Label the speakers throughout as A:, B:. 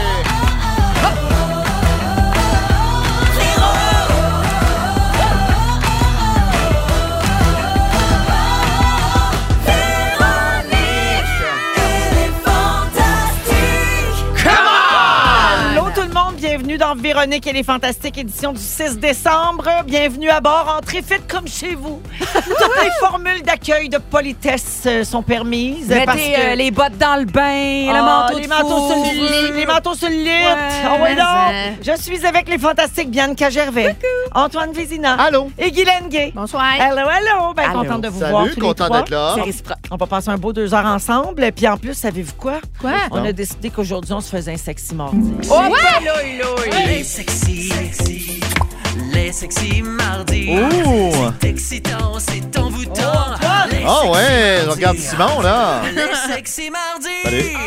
A: Allô tout le monde, bienvenue dans Véronique et les Fantastiques, édition du 6 décembre. Bienvenue à bord, entrée faite comme chez vous. Toutes les formules d'accueil de politesse euh, sont permises. euh, parce
B: Mettez
A: que
B: euh, les bottes dans le bain,
A: Ah,
B: le manteau
A: les
B: de
A: manteaux
B: fou.
A: sur le lit, les manteaux sur le lit. Ah ouais,
B: mais
A: donc,
B: ça.
A: Je suis avec les fantastiques Bianca Gervais, Antoine Vézina
C: Allô?
A: et Guylaine Gay.
B: Ah. Bonsoir.
A: Hello, hello! Ben,
B: Allô.
A: contente de vous
C: Salut,
A: voir tous les
C: content
A: trois.
C: d'être là.
B: C'est réciproque.
A: On va passer un beau deux heures ensemble. Puis en plus, savez-vous quoi?
B: Quoi?
A: On a décidé qu'aujourd'hui, on se faisait un sexy mardi.
D: Les sexy, les sexy mardis.
B: Oh.
C: Ouh!
D: C'est excitant, c'est envoûtant. Les
C: Oh! Ah
D: sexy
C: ouais,
D: mardis.
C: regarde Simon là.
D: Les sexy mardis.
C: Salut.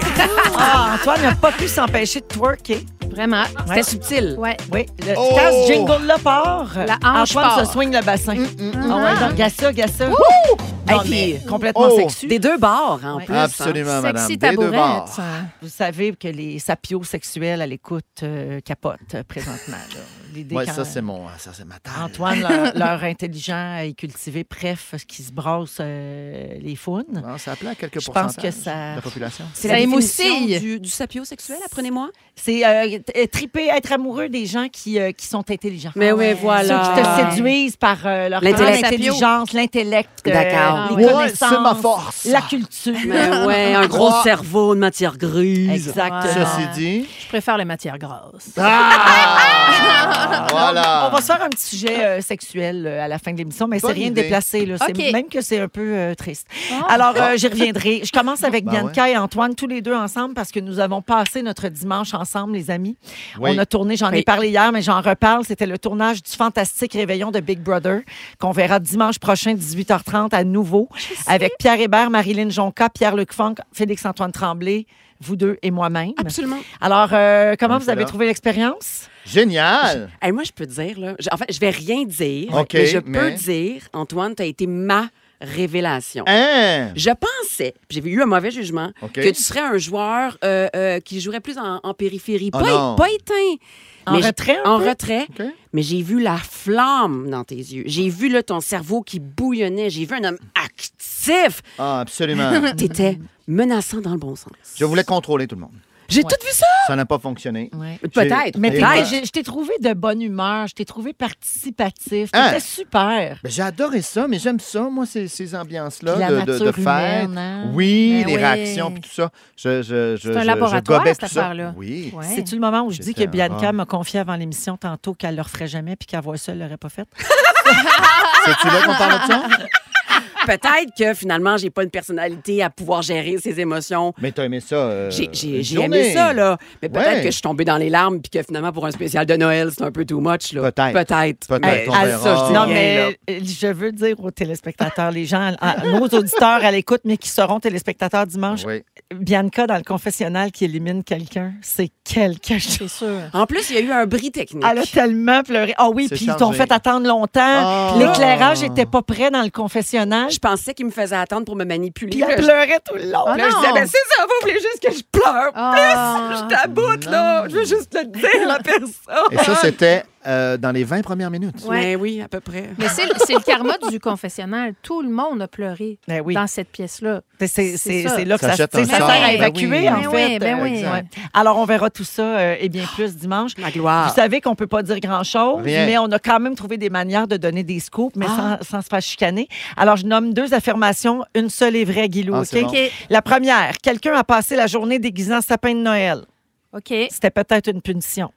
A: Ah, Antoine n'a pas pu s'empêcher de twerker.
E: Vraiment.
A: Ouais.
B: C'était subtil.
E: Ouais.
A: Oui. Le,
C: Oh!
A: Quand ce jingle-là part,
E: La hanche
A: Antoine
E: part.
A: se swing le bassin. Ah ouais, donc, gassa, gassa.
B: Et
A: Non, mais
B: puis,
A: complètement
C: Oh!
A: sexu.
B: des deux bords en
E: Ouais.
B: plus. hein.
C: Absolument, madame.
E: Sexy
C: Des deux
E: tabourette.
C: bords.
E: ça.
A: Vous savez que les sapiosexuels à l'écoute euh, capotent euh, présentement. là. L'idée
C: Ouais,
A: qu'en-
C: ça c'est mon, euh, ça c'est ma table.
A: Antoine, leur, leur intelligent et cultivé, bref, ce qui se brasse euh, les faunes.
C: Non, ça plaît à quelques
A: Je pense
C: pourcentages
A: que ça-
C: de la population.
B: C'est
E: Ça
B: la définition
E: émoustille.
B: du, du sapiosexuel, apprenez-moi.
A: C'est euh, t- euh, triper, être amoureux des gens qui, euh, qui sont intelligents.
B: Mais oui,
A: Ceux qui te séduisent par euh, leur grande
B: L'intellect.
A: intelligence, l'intellect, euh,
B: D'accord.
A: les
C: Ouais,
A: connaissances,
C: c'est ma force.
A: la culture.
B: Mais Euh, ouais, un gros
C: Ouais.
B: cerveau, une matière grise.
A: Exactement.
C: Ceci dit,
E: Je préfère les matières grasses.
C: ah,
A: On
C: voilà.
A: va se faire un petit sujet euh, sexuel euh, à la fin de l'émission, mais c'est
C: Bonne
A: rien de
C: idée.
A: déplacé. Là. C'est-
E: OK.
A: Même que c'est un peu euh, triste. Alors, euh, j'y reviendrai. Je commence avec
C: Ah. Ben
A: Bianca et Antoine, tous les deux ensemble, parce que nous avons passé notre dimanche ensemble, les amis.
C: Oui.
A: On a tourné, j'en ai
B: Oui.
A: parlé hier, mais j'en reparle. C'était le tournage du fantastique réveillon de Big Brother, qu'on verra dimanche prochain, 18h30, à nouveau, avec Pierre Hébert, Marilyn Jonca, Pierre-Luc Funk, Félix-Antoine Tremblay, vous deux et moi-même.
B: Absolument.
A: Alors, euh, comment
C: On
A: vous
C: était
A: avez
C: là.
A: trouvé l'expérience?
C: Génial.
B: Hey, moi, je peux dire, là, je- en fait, je vais rien dire,
C: OK,
B: mais je peux
C: mais-
B: dire, Antoine, tu as été ma révélation.
C: Hein?
B: Je pensais, puis j'ai eu un mauvais jugement,
C: OK.
B: que tu serais un joueur euh, euh, qui jouerait plus en, en périphérie.
C: Oh
B: pas,
C: non.
B: pas éteint.
A: En
B: j'ai-
A: retrait un
B: En
A: peu?
B: retrait.
C: OK.
B: Mais j'ai vu la flamme dans tes yeux. J'ai vu là, ton cerveau qui bouillonnait. J'ai vu un homme actif.
C: Ah, absolument.
B: T'étais menaçant dans le bon sens.
C: Je voulais contrôler tout le monde.
B: J'ai tout vu ça.
C: Ça n'a pas fonctionné.
B: Peut-être.
A: Mais
C: Et
A: t'es-
C: moi-
B: peut-être.
A: j'ai- je t'ai trouvé de bonne humeur, je t'ai trouvé participatif,
C: Hein?
A: c'était super.
C: Ben, j'ai adoré ça, mais j'aime ça, moi, ces, ces ambiances-là
A: Puis la
C: de, de, de
A: nature
C: fête.
A: humaine, hein?
C: Oui,
E: Ben
C: les
E: oui.
C: réactions, puis tout ça. Je, je, je, je-
E: un
C: je
E: laboratoire,
C: gobais
E: cette
C: tout ça.
E: affaire-là.
C: Oui.
E: Ouais.
A: C'est-tu le moment où je dis que
C: J'étais en
A: Bianca
C: rang.
A: m'a confié avant l'émission tantôt qu'elle ne le referait jamais puis qu'à voix seule, elle l'aurait pas fait?
C: C'est-tu là qu'on parle de ça?
B: Peut-être que finalement, j'ai pas une personnalité à pouvoir gérer ses émotions.
C: Mais t'as aimé ça. euh,
B: J'ai j'ai-
C: une
B: j'ai
C: journée.
B: aimé ça, là. Mais peut-être
C: Ouais.
B: que je suis tombée dans les larmes puis que finalement, pour un spécial de Noël, c'est un peu too much, là.
C: Peut-être.
B: Peut-être.
C: Peut-être,
B: Mais
C: on
B: à
C: verra.
B: ça, je dis
A: non,
B: rien, là.
A: mais euh, je veux dire aux téléspectateurs, les gens, à- nos auditeurs à l'écoute, mais qui seront téléspectateurs dimanche,
C: Oui.
A: Bianca dans le confessionnal qui élimine quelqu'un, c'est quelque chose.
E: C'est sûr.
B: En plus, il y a eu un bris technique.
A: Elle a tellement pleuré. Ah oui,
C: C'est
A: puis ils t'ont
C: chargé.
A: fait attendre longtemps.
C: Ah.
A: puis L'éclairage n'était pas prêt dans le confessionnal.
B: Je pensais qu'il me faisait attendre pour me manipuler.
A: Puis elle
B: Là, je-
A: pleurait tout le long.
E: Ah
B: Puis là, je
E: non.
B: disais, ben, c'est ça, vous voulez juste que je pleure.
E: Ah.
B: Je t'aboute, là. Je veux juste le dire à la personne.
C: Et ça, c'était euh, dans les 20 premières minutes.
B: Ouais. Ben oui, à peu près.
E: Mais c'est le c'est le karma du confessionnal. Tout le monde a pleuré
A: Ben oui.
E: dans cette pièce-là.
A: C'est-
E: C'est
A: C'est c'est-
E: ça.
A: c'est là que
C: Ça
A: ça,
C: jette
A: tu sais,
C: un
A: ça sert
C: sort.
A: à
C: Ben
A: évacuer,
C: oui.
A: en
E: Ben
A: fait.
E: oui, ben
A: Euh,
E: oui.
A: ouais. Alors, on verra tout ça euh, et bien plus dimanche.
B: Ma gloire.
A: Vous savez qu'on peut pas dire grand-chose,
C: Ah. Rien.
A: mais on a quand même trouvé des manières de donner des scoops, mais
E: Ah.
A: sans, sans se faire chicaner. Alors, je nomme deux affirmations. Une seule est vraie, Guilou,
C: Ah,
A: OK?
C: c'est bon.
E: OK.
A: La première, quelqu'un a passé la journée déguisant sapin de Noël.
E: OK. Ah.
A: C'était peut-être une punition.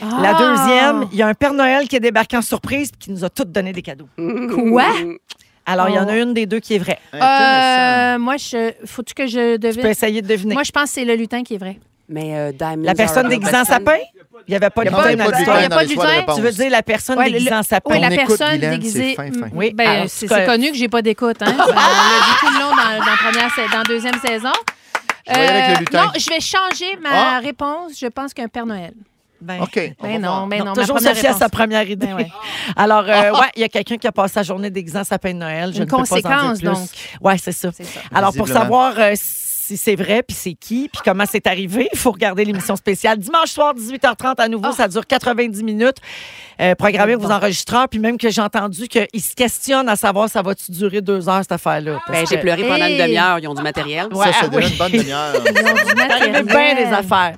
A: La deuxième, il y a un Père Noël qui est débarqué en surprise et qui nous a toutes donné des cadeaux.
E: Quoi?
A: Alors, il y en
E: Oh.
A: a une des deux qui est vraie.
C: Intéressant.
E: Euh, moi, je... faut-tu que je
A: Tu peux
E: devine?
A: essayer de deviner.
E: Moi, je pense que c'est le lutin qui est vrai.
B: Mais euh, Diamonds
A: La personne
B: are-
A: déguisée en sapin? Il n'y avait pas de
C: Non, il n'y a pas
A: bonne
C: de lutin
A: dans l'histoire.
C: dans
E: pas
C: les
E: de
C: choix de
E: lutin.
C: réponse.
A: Tu veux dire la personne
E: Ouais, le-
A: déguisée en sapin?
E: Oui, la
C: On écoute,
E: personne
C: Guylaine,
E: déguisée.
C: c'est fin, fin.
A: Oui,
E: Ben,
A: alors,
E: c'est
A: en tout cas-
E: c'est connu que j'ai pas d'écoute. Hein? On l'a dit tout le long dans, dans première, sa- dans deuxième saison.
C: Je vais aller avec le lutin.
E: non, je vais changer ma
C: Ah.
E: réponse. Je pense qu'un Père Noël. Ben,
C: OK.
E: ben
C: on va
E: non,
C: voir.
E: mais non. ma
A: toujours se
E: première
A: fier à sa
E: réponse.
A: première idée.
E: Ben ouais.
A: Alors, euh, ouais, il y a quelqu'un qui a passé sa journée déguisant sapin de Noël. Je
E: Une
A: ne peux pas en dire
E: conséquence,
A: plus.
E: donc.
A: Ouais, c'est ça.
E: C'est ça.
A: Alors, pour
C: Visiblement.
A: savoir euh, si c'est vrai, puis c'est qui, puis comment c'est arrivé, il faut regarder l'émission spéciale. Dimanche soir, 18h30 à nouveau, ça dure 90 minutes. Euh, programmez vos enregistreurs, puis même que j'ai entendu qu'ils se questionnent à savoir ça va-tu durer deux heures, cette affaire-là. Parce
B: Ben, j'ai
A: que-
B: pleuré pendant
E: Hey.
B: une demi-heure. Ils ont du matériel.
A: Ouais,
C: ça, ça
A: ah
C: donne
A: oui.
C: une bonne demi-heure.
A: arrivé bien des affaires.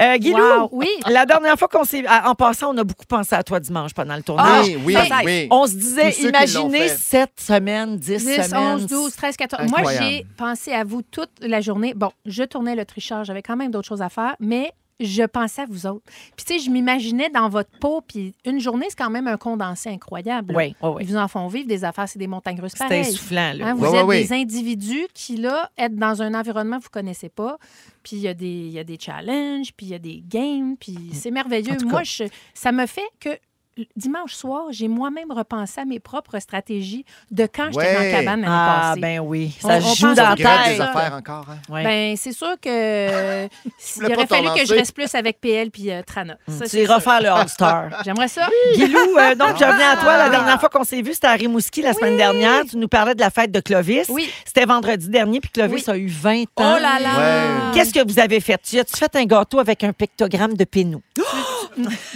A: Euh, Guilou,
E: Wow, oui.
A: la dernière fois qu'on s'est... à- En passant, on a beaucoup pensé à toi dimanche pendant le tournage.
C: oui, oui,
E: ben,
C: oui.
A: On se disait,
C: Tous ceux qui l'ont
A: imaginez
C: fait.
A: 7 semaines, 10,
E: 10,
A: semaines.
E: 11, 12, 13, 14. Moi,
C: Incroyable.
E: j'ai pensé à vous toute la journée. Bon, je tournais le tricheur, j'avais quand même d'autres choses à faire, mais je pensais à vous autres. Puis, tu sais, je m'imaginais dans votre peau, puis une journée, c'est quand même un condensé incroyable. là.
A: Oui, oui, oui.
E: Ils vous en font vivre des affaires, c'est des montagnes russes
A: C'était
E: pareilles.
A: essoufflant, là.
E: Hein, vous
C: Ouais,
E: êtes
C: ouais, ouais.
E: des individus qui, là, êtes dans un environnement que vous connaissez pas. Puis il y, a des- il y a des challenges, puis il y a des games,
A: Mm.
E: puis c'est merveilleux. Moi, je- ça me fait que l- dimanche soir, j'ai moi-même repensé à mes propres stratégies de quand j'étais dans
C: Ouais.
E: la cabane l'année
A: Ah,
E: passée.
A: ben oui. Ça
E: On- on
A: joue
E: pense
A: dans la
E: aux
C: regrette
E: taille.
C: des
A: tête.
C: affaires encore. hein?
A: Ouais.
E: Ben, c'est sûr que euh, il
C: voulais
E: aurait
C: pas t'en
E: fallu que je
C: lancer.
E: reste plus avec PL puis euh, Trana. Ça,
A: Mm. tu
E: c'est
A: iras
E: sûr.
A: faire le All-Star.
E: J'aimerais ça.
A: Guilou, euh, donc, je reviens à toi.
E: Ah,
A: La dernière fois qu'on s'est vu, c'était à Rimouski la semaine dernière. Tu nous parlais de la fête de Clovis.
E: Oui.
A: C'était vendredi dernier, puis Clovis
E: Oui.
A: a eu 20 ans.
E: Oh là là!
C: Ouais.
A: Qu'est-ce que vous avez fait? Tu as-tu fait un gâteau avec un pictogramme de Pénou?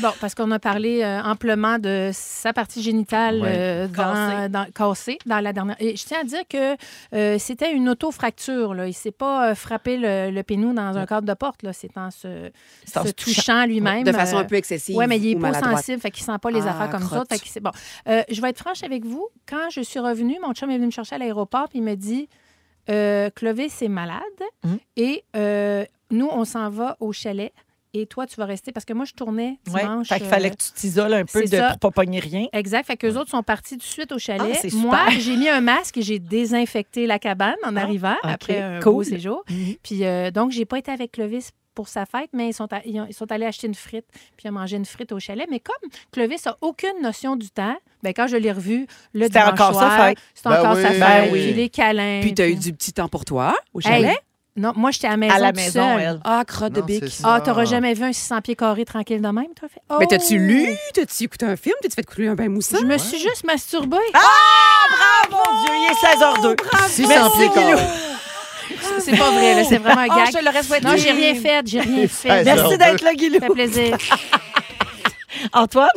E: Bon, parce qu'on a parlé euh, amplement de sa partie génitale
C: Ouais.
E: euh, dans, dans- cassée dans la dernière. Et je tiens à dire que euh, c'était une auto-fracture. Là. Il ne s'est pas euh, frappé le, le pénou dans un cadre de porte. Là. C'est en se,
A: C'est en
E: se
A: se touchant.
E: touchant lui-même.
B: De façon
E: euh,
B: un peu excessive.
E: Oui, mais il est
B: ou
E: pas
B: maladroite.
E: sensible, fait qu'il sent pas les
B: Ah,
E: affaires comme ça.
B: crotte.
E: Fait qu'il sait- bon, Euh, je vais être franche avec vous. Quand je suis revenue, mon chum est venu me chercher à l'aéroport, puis il me dit euh, Clovis est malade
A: Hum.
E: et euh, nous, on s'en va au chalet et toi, tu vas rester. Parce que moi, je tournais
A: Ouais.
E: dimanche.
A: Fait qu'il fallait
E: euh,
A: que tu t'isoles un peu
E: c'est
A: de,
E: ça.
A: pour pas pogner rien.
E: Exact. Fait qu'eux autres sont partis tout de suite au chalet.
A: Ah, c'est super. Ah,
E: Moi, j'ai mis un masque et j'ai désinfecté la cabane en arrivant
A: ok,
E: après un
A: cool.
E: beau séjour. Puis euh, donc, j'ai pas été avec Clovis pour sa fête, mais ils sont, à- ils, ont- ils sont allés acheter une frite, puis ils ont mangé une frite au chalet. Mais comme Clovis a aucune notion du temps, ben quand je l'ai revu le
A: C'était
E: dimanche
A: encore sa
E: soir,
A: fête.
E: c'était
C: Ben
E: encore sa
C: oui.
E: fête.
A: Ben
E: puis
C: oui.
E: les câlins.
B: Puis t'as eu
E: puis-
B: du petit temps pour toi au
E: hein. Hey,
B: chalet.
E: Non, moi, j'étais à la maison
A: À la
E: toute
A: maison,
E: seule.
A: elle.
B: Ah, crotte de
C: Non,
B: bique.
C: c'est ça.
E: Ah, t'auras jamais vu un 600 pieds carrés tranquille de même, toi? Fait,
B: Mais
E: oh!
B: t'as-tu lu? T'as-tu écouté un film? T'as-tu fait couler un bain moussant?
E: Je me suis juste masturbée.
A: Ah, Mon Dieu, il est 16h02.
C: 600 pieds carrés.
E: C'est pas vrai, là, c'est vraiment un
B: Oh,
E: gag.
B: je l'aurais souhaité.
E: Non, j'ai rien fait, j'ai rien fait.
C: Hey,
E: Ça
C: ça-
A: Merci d'être là, Guilou.
E: fait plaisir.
A: Antoine,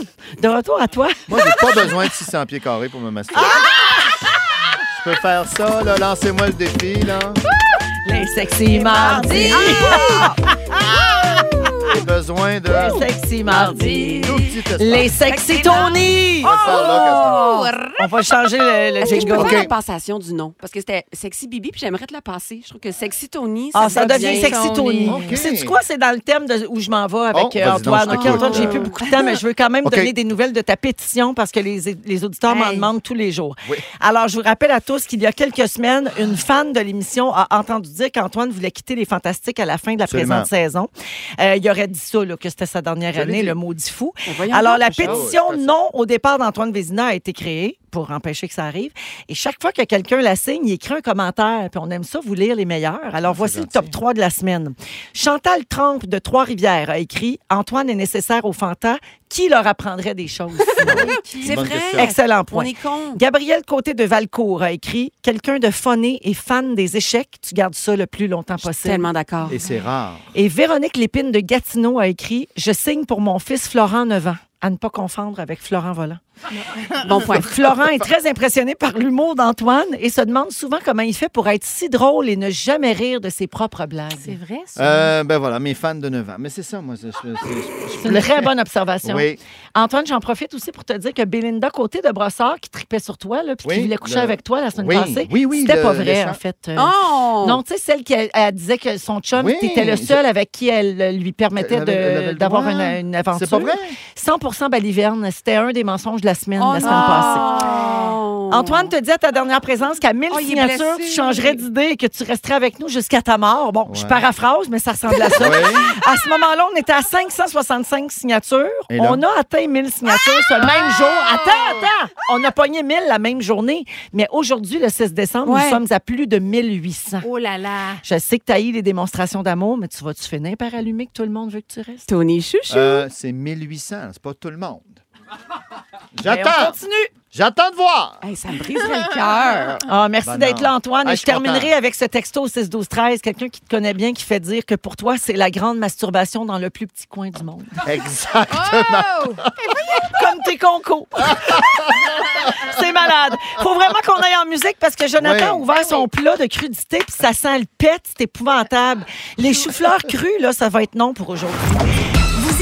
A: de retour à toi.
C: Moi, j'ai pas besoin de 600 pieds carrés pour me masturber. Je peux faire ça, là. Lancez-moi le défi, là.
A: Les sexy mardis.
C: J'ai besoin de
A: Les sexy mardis.
C: tout petit espace.
A: Ah! Les sexy
C: Je
A: Tony.
C: peux faire là,
A: On va changer le, le
B: Est-ce que je peux
A: jingle.
B: faire
C: Ok.
B: la passation du nom? Parce que c'était Sexy Bibi, puis j'aimerais te la passer. Je trouve que Sexy Tony, ça,
A: Ah, ça
B: te va
A: devient
B: bien.
A: sexy Tony.
C: Ok.
A: C'est quoi C'est dans le thème de où je m'en vais avec
C: Oh,
A: euh,
C: vas-y donc,
A: Antoine.
C: je
A: Ok,
C: t'écoute.
A: Antoine, j'ai plus beaucoup de temps, mais je veux quand même
C: Ok.
A: donner des nouvelles de ta pétition parce que les, les auditeurs m'en
E: Hey.
A: demandent tous les jours.
C: Oui.
A: Alors, je vous rappelle à tous qu'il y a quelques semaines, une fan de l'émission a entendu dire qu'Antoine voulait quitter les Fantastiques à la fin de la
C: Absolument.
A: présente saison. Euh, il aurait dit ça, là, que c'était sa dernière
C: Je l'ai
A: année,
C: dit.
A: le maudit fou.
B: Mais voyons
A: Alors,
B: donc,
A: la
B: Richard.
A: pétition
C: Ah oui, c'est
A: non au départ d'Antoine Vézina a été créée pour empêcher que ça arrive. Et chaque fois que quelqu'un la signe, il écrit un commentaire. Puis on aime ça, vous lire les meilleurs. Alors,
B: Ah,
A: voici le top 3 de la semaine. Chantal Trempe de Trois-Rivières a écrit « Antoine est nécessaire aux Fantas. Qui leur apprendrait des choses?
B: C'est
C: Bonne
B: vrai.
C: question.
A: Excellent
B: On
A: point.
B: est con.
A: Gabriel Côté de Valcourt a écrit « Quelqu'un de phoné et fan des échecs. Tu gardes ça le plus longtemps
B: Je suis
A: possible. »
B: tellement d'accord.
C: Et c'est rare.
A: Et Véronique Lépine de Gatineau a écrit Je signe pour mon fils Florent 9 ans. À ne pas confondre avec Florent Volant.
B: Bon point.
A: Florent est très impressionné par l'humour d'Antoine et se demande souvent comment il fait pour être si drôle et ne jamais rire de ses propres
E: C'est
A: blagues.
E: vrai, ça.
C: Euh, ben voilà, mes fans de 9 ans. Mais c'est ça, moi. c'est- c'est- c'est-
A: C'est une très bonne observation.
C: Oui.
A: Antoine, j'en profite aussi pour te dire que Belinda Côté de Brossard, qui tripait sur toi, là, puis qui
C: Oui,
A: voulait coucher
C: le-
A: avec toi la semaine
C: Oui,
A: passée,
C: oui, oui,
A: c'était
C: le-
A: pas
C: le
A: vrai,
C: chat.
A: en fait. Euh,
B: Oh!
A: Non, tu sais, celle qui elle, elle disait que son chum,
C: Oui,
A: t'étais le
C: je-
A: seul avec qui elle euh, lui permettait
C: Elle avait- elle avait
A: de-
C: le
A: d'avoir
C: droit.
A: une, une aventure.
C: C'est pas vrai?
A: 100 baliverne, c'était un des mensonges de la semaine,
B: Oh
A: la semaine
B: non!
A: passée.
B: non.
A: Antoine te dit à ta dernière présence qu'à 1000
F: Oh, il est
A: signatures, tu
F: blessé.
A: changerais d'idée et que tu resterais avec nous jusqu'à ta mort. Bon, je
C: Ouais.
A: paraphrase, mais ça ressemble à ça.
C: Oui.
A: À ce moment-là, on était à 565 signatures.
C: Et là?
A: On a atteint 1000 signatures ce même jour. Attends, attends! On a pogné 1000 la même journée. Mais aujourd'hui, le 6 décembre, nous
F: Ouais.
A: sommes à plus de 1800.
E: Oh là là.
A: Je sais que t'as eu les démonstrations d'amour, mais tu vas-tu finir par allumer que tout le monde veut que tu restes?
B: Tony Chouchou.
C: Euh, c'est 1800, c'est pas tout le monde.
A: Ben, on
C: J'attends,
A: continue.
C: j'attends de voir.
B: Hey, ça me briserait le cœur.
A: Ah, merci
C: Ben
A: d'être
C: non.
A: là, Antoine.
C: Ah,
A: et
C: je
A: je
C: suis content.
A: terminerai avec ce texto au 6 12 13 quelqu'un qui te connaît bien, qui fait dire que pour toi, c'est la grande masturbation dans le plus petit coin du monde.
C: Exact.
A: Comme tes concours. c'est malade. Faut vraiment qu'on aille en musique parce que Jonathan a
C: Oui.
A: ouvert son plat de crudité puis ça sent le pet. C'est épouvantable. Les choux-fleurs crus, là, ça va être non pour aujourd'hui.
G: Vous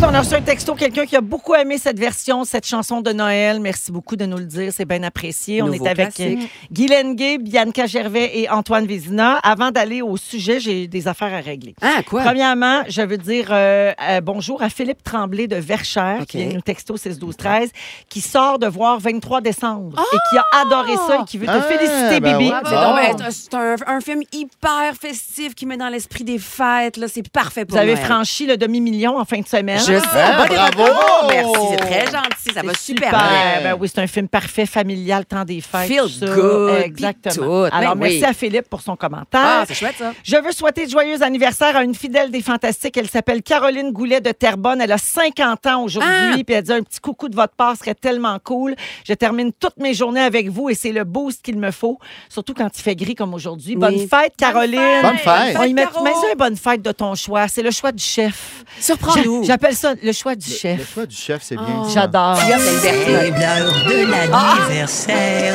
A: On a reçu un texto, quelqu'un qui a beaucoup aimé cette version, cette chanson de Noël. Merci beaucoup de nous le dire, c'est bien apprécié. On
B: Nouveau
A: est avec
B: classique.
A: euh, Guylaine Gay, Bianca Gervais et Antoine Vézina. Avant d'aller au sujet, j'ai des affaires à régler.
B: Ah, quoi?
A: Premièrement, je veux dire euh, euh, bonjour à Philippe Tremblay de Verchères, qui
B: OK.
A: est nous texto 6-12-13, qui sort de voir 23 décembre et qui a adoré ça et qui veut te
C: Ah,
A: féliciter,
C: ben
A: Bibi.
C: ouais,
B: C'est
C: Ah.
B: donc- c'est- c'est un, un film hyper festif qui met dans l'esprit des fêtes. là. C'est parfait pour
A: Vous avez
B: Noël.
A: franchi hein? le demi-million en fin de semaine.
B: Je sais.
C: Ah,
B: Bonne
C: bravo!
B: réponse. Merci, c'est très gentil. Ça va
A: C'est
B: super bien.
C: bien.
A: Ben oui, c'est un film parfait, familial, temps des fêtes.
B: Feel
A: tout ça.
B: good, puis
A: Exactement.
B: tout.
A: Alors,
B: Ben
A: merci
B: oui.
A: à Philippe pour son commentaire.
B: Ah, c'est chouette, ça.
A: je veux souhaiter de joyeux anniversaire à une fidèle des Fantastiques. Elle s'appelle Caroline Goulet de Terrebonne. Elle a 50 ans aujourd'hui.
B: Ah!
A: Puis elle dit un petit coucou de votre part serait tellement cool. Je termine toutes mes journées avec vous et c'est le boost qu'il me faut, surtout quand il fait gris comme aujourd'hui. Bonne
B: Oui.
A: fête, Caroline.
C: Bonne fête.
A: On y met,
B: Caro.
A: mais ça, une bonne fête de ton choix. C'est le choix du chef.
B: Surprends-nous.
A: J'a- J'appelle ça le choix du
C: Le
A: chef.
C: choix du chef, c'est
A: Oh.
C: bien. ça.
A: J'adore.
D: Les bleurs de l'anniversaire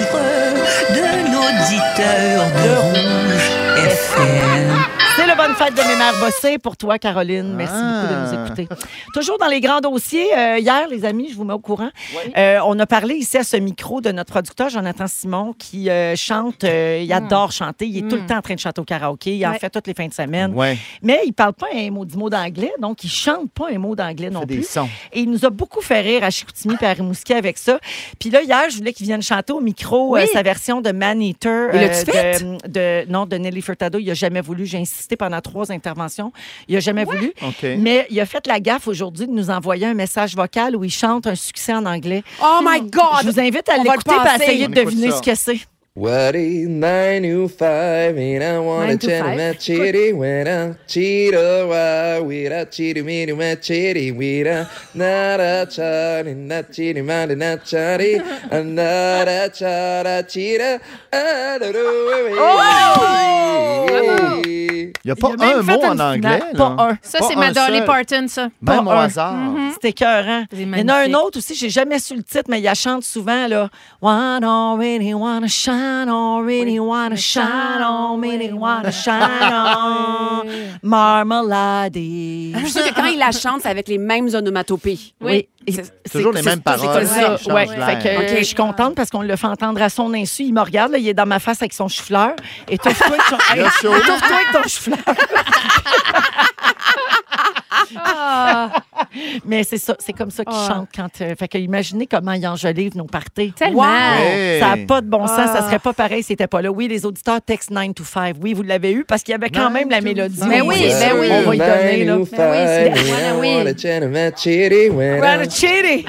D: de l'auditeur de Rouge FM.
A: C'est le bonne fête de mes mères bossées pour toi, Caroline. Merci
C: Ah.
A: beaucoup de nous écouter. Toujours dans les grands dossiers, euh, hier, les amis, je vous mets au courant, euh, on a parlé ici à ce micro de notre producteur, Jonathan Simon, qui euh, chante, euh, il adore chanter, il est tout le temps en train de chanter au karaoké, il en
E: Ouais.
A: fait toutes les fins de semaine.
C: Ouais,
A: Mais il parle pas un mot, mot d'anglais, donc il chante pas un mot d'anglais non
C: fait
A: plus.
C: des sons.
A: Et il nous a beaucoup fait rire à Chicoutimi et à Rimouski avec ça. Puis là, hier, je voulais qu'il vienne chanter au micro euh, sa version de Man Eater.
B: Il l'a-tu fait?
A: de, de- non, de Nelly Furtado. Il n'a jamais voulu. J'ai insisté pendant trois interventions. Il n'a jamais voulu.
C: OK.
A: Mais il a fait la gaffe aujourd'hui de nous envoyer un message vocal où il chante un succès en anglais. Hmm.
B: Oh my
A: Je vous
B: God!
A: invite à
B: On va le
A: l'écouter et à
B: passer.
A: essayer de
C: On écoute
A: deviner
C: ça.
A: ce que c'est.
H: What is nine to five? And I wanna
E: Nine to
H: chat
E: five.
H: my chitty when I cheat oh, a while with a chitty me to my chitty with a not a chat and not chitty man and not chatty and not a chat a cheater. Oh!
C: Il n'y a pas
A: Il a même
C: un
A: fait
C: mot en
A: une
C: anglais.
A: finale.
C: là.
A: Pas un.
E: Ça,
C: Pas
E: c'est
C: un
E: ma Dolly
C: seul. Ben,
E: Parton, ça.
C: Même au
A: Pas un. Mm-hmm.
C: hasard.
A: C'est écœurant.
E: C'est
A: Il y en a un
E: magnifique.
A: autre aussi, j'ai jamais su le titre, mais il la chante souvent, là. One already wanna shine, already wanna shine, already wanna shine on Marmalade.
B: Je suis sûre que quand il la chante, c'est avec les mêmes onomatopées.
A: Oui. Et
B: C'est-
A: c'est-
C: Toujours les
A: c'est-
C: mêmes paroles.
A: C'est ça,
C: ça
A: ouais.
C: change
A: Fait que,
B: l'air.
A: euh, Je suis contente parce qu'on le fait entendre à son insu. Il me regarde, là, il est dans ma face avec son chou-fleur. Et toi, toi,
C: Il a chaud.
A: Étouffe-toi avec ton chou-fleur. Mais c'est ça, c'est comme ça qu'ils
E: Ah.
A: chantent quand. euh, fait que imaginez comment ils enjolivent nos parties.
E: Tellement.
C: Hey.
A: Ça n'a pas de bon sens, ça
E: Ah.
A: serait pas pareil s'ils n'étaient pas là. Oui, les auditeurs texte 9 to 5. Oui, vous l'avez eu parce qu'il y avait quand même la mélodie.
E: Mais oui, ben oui.
A: On va y donner, là.
E: Ben oui, c'est-
H: And I
E: oui.
H: wanna chat my chitty when I
A: Rather cheating.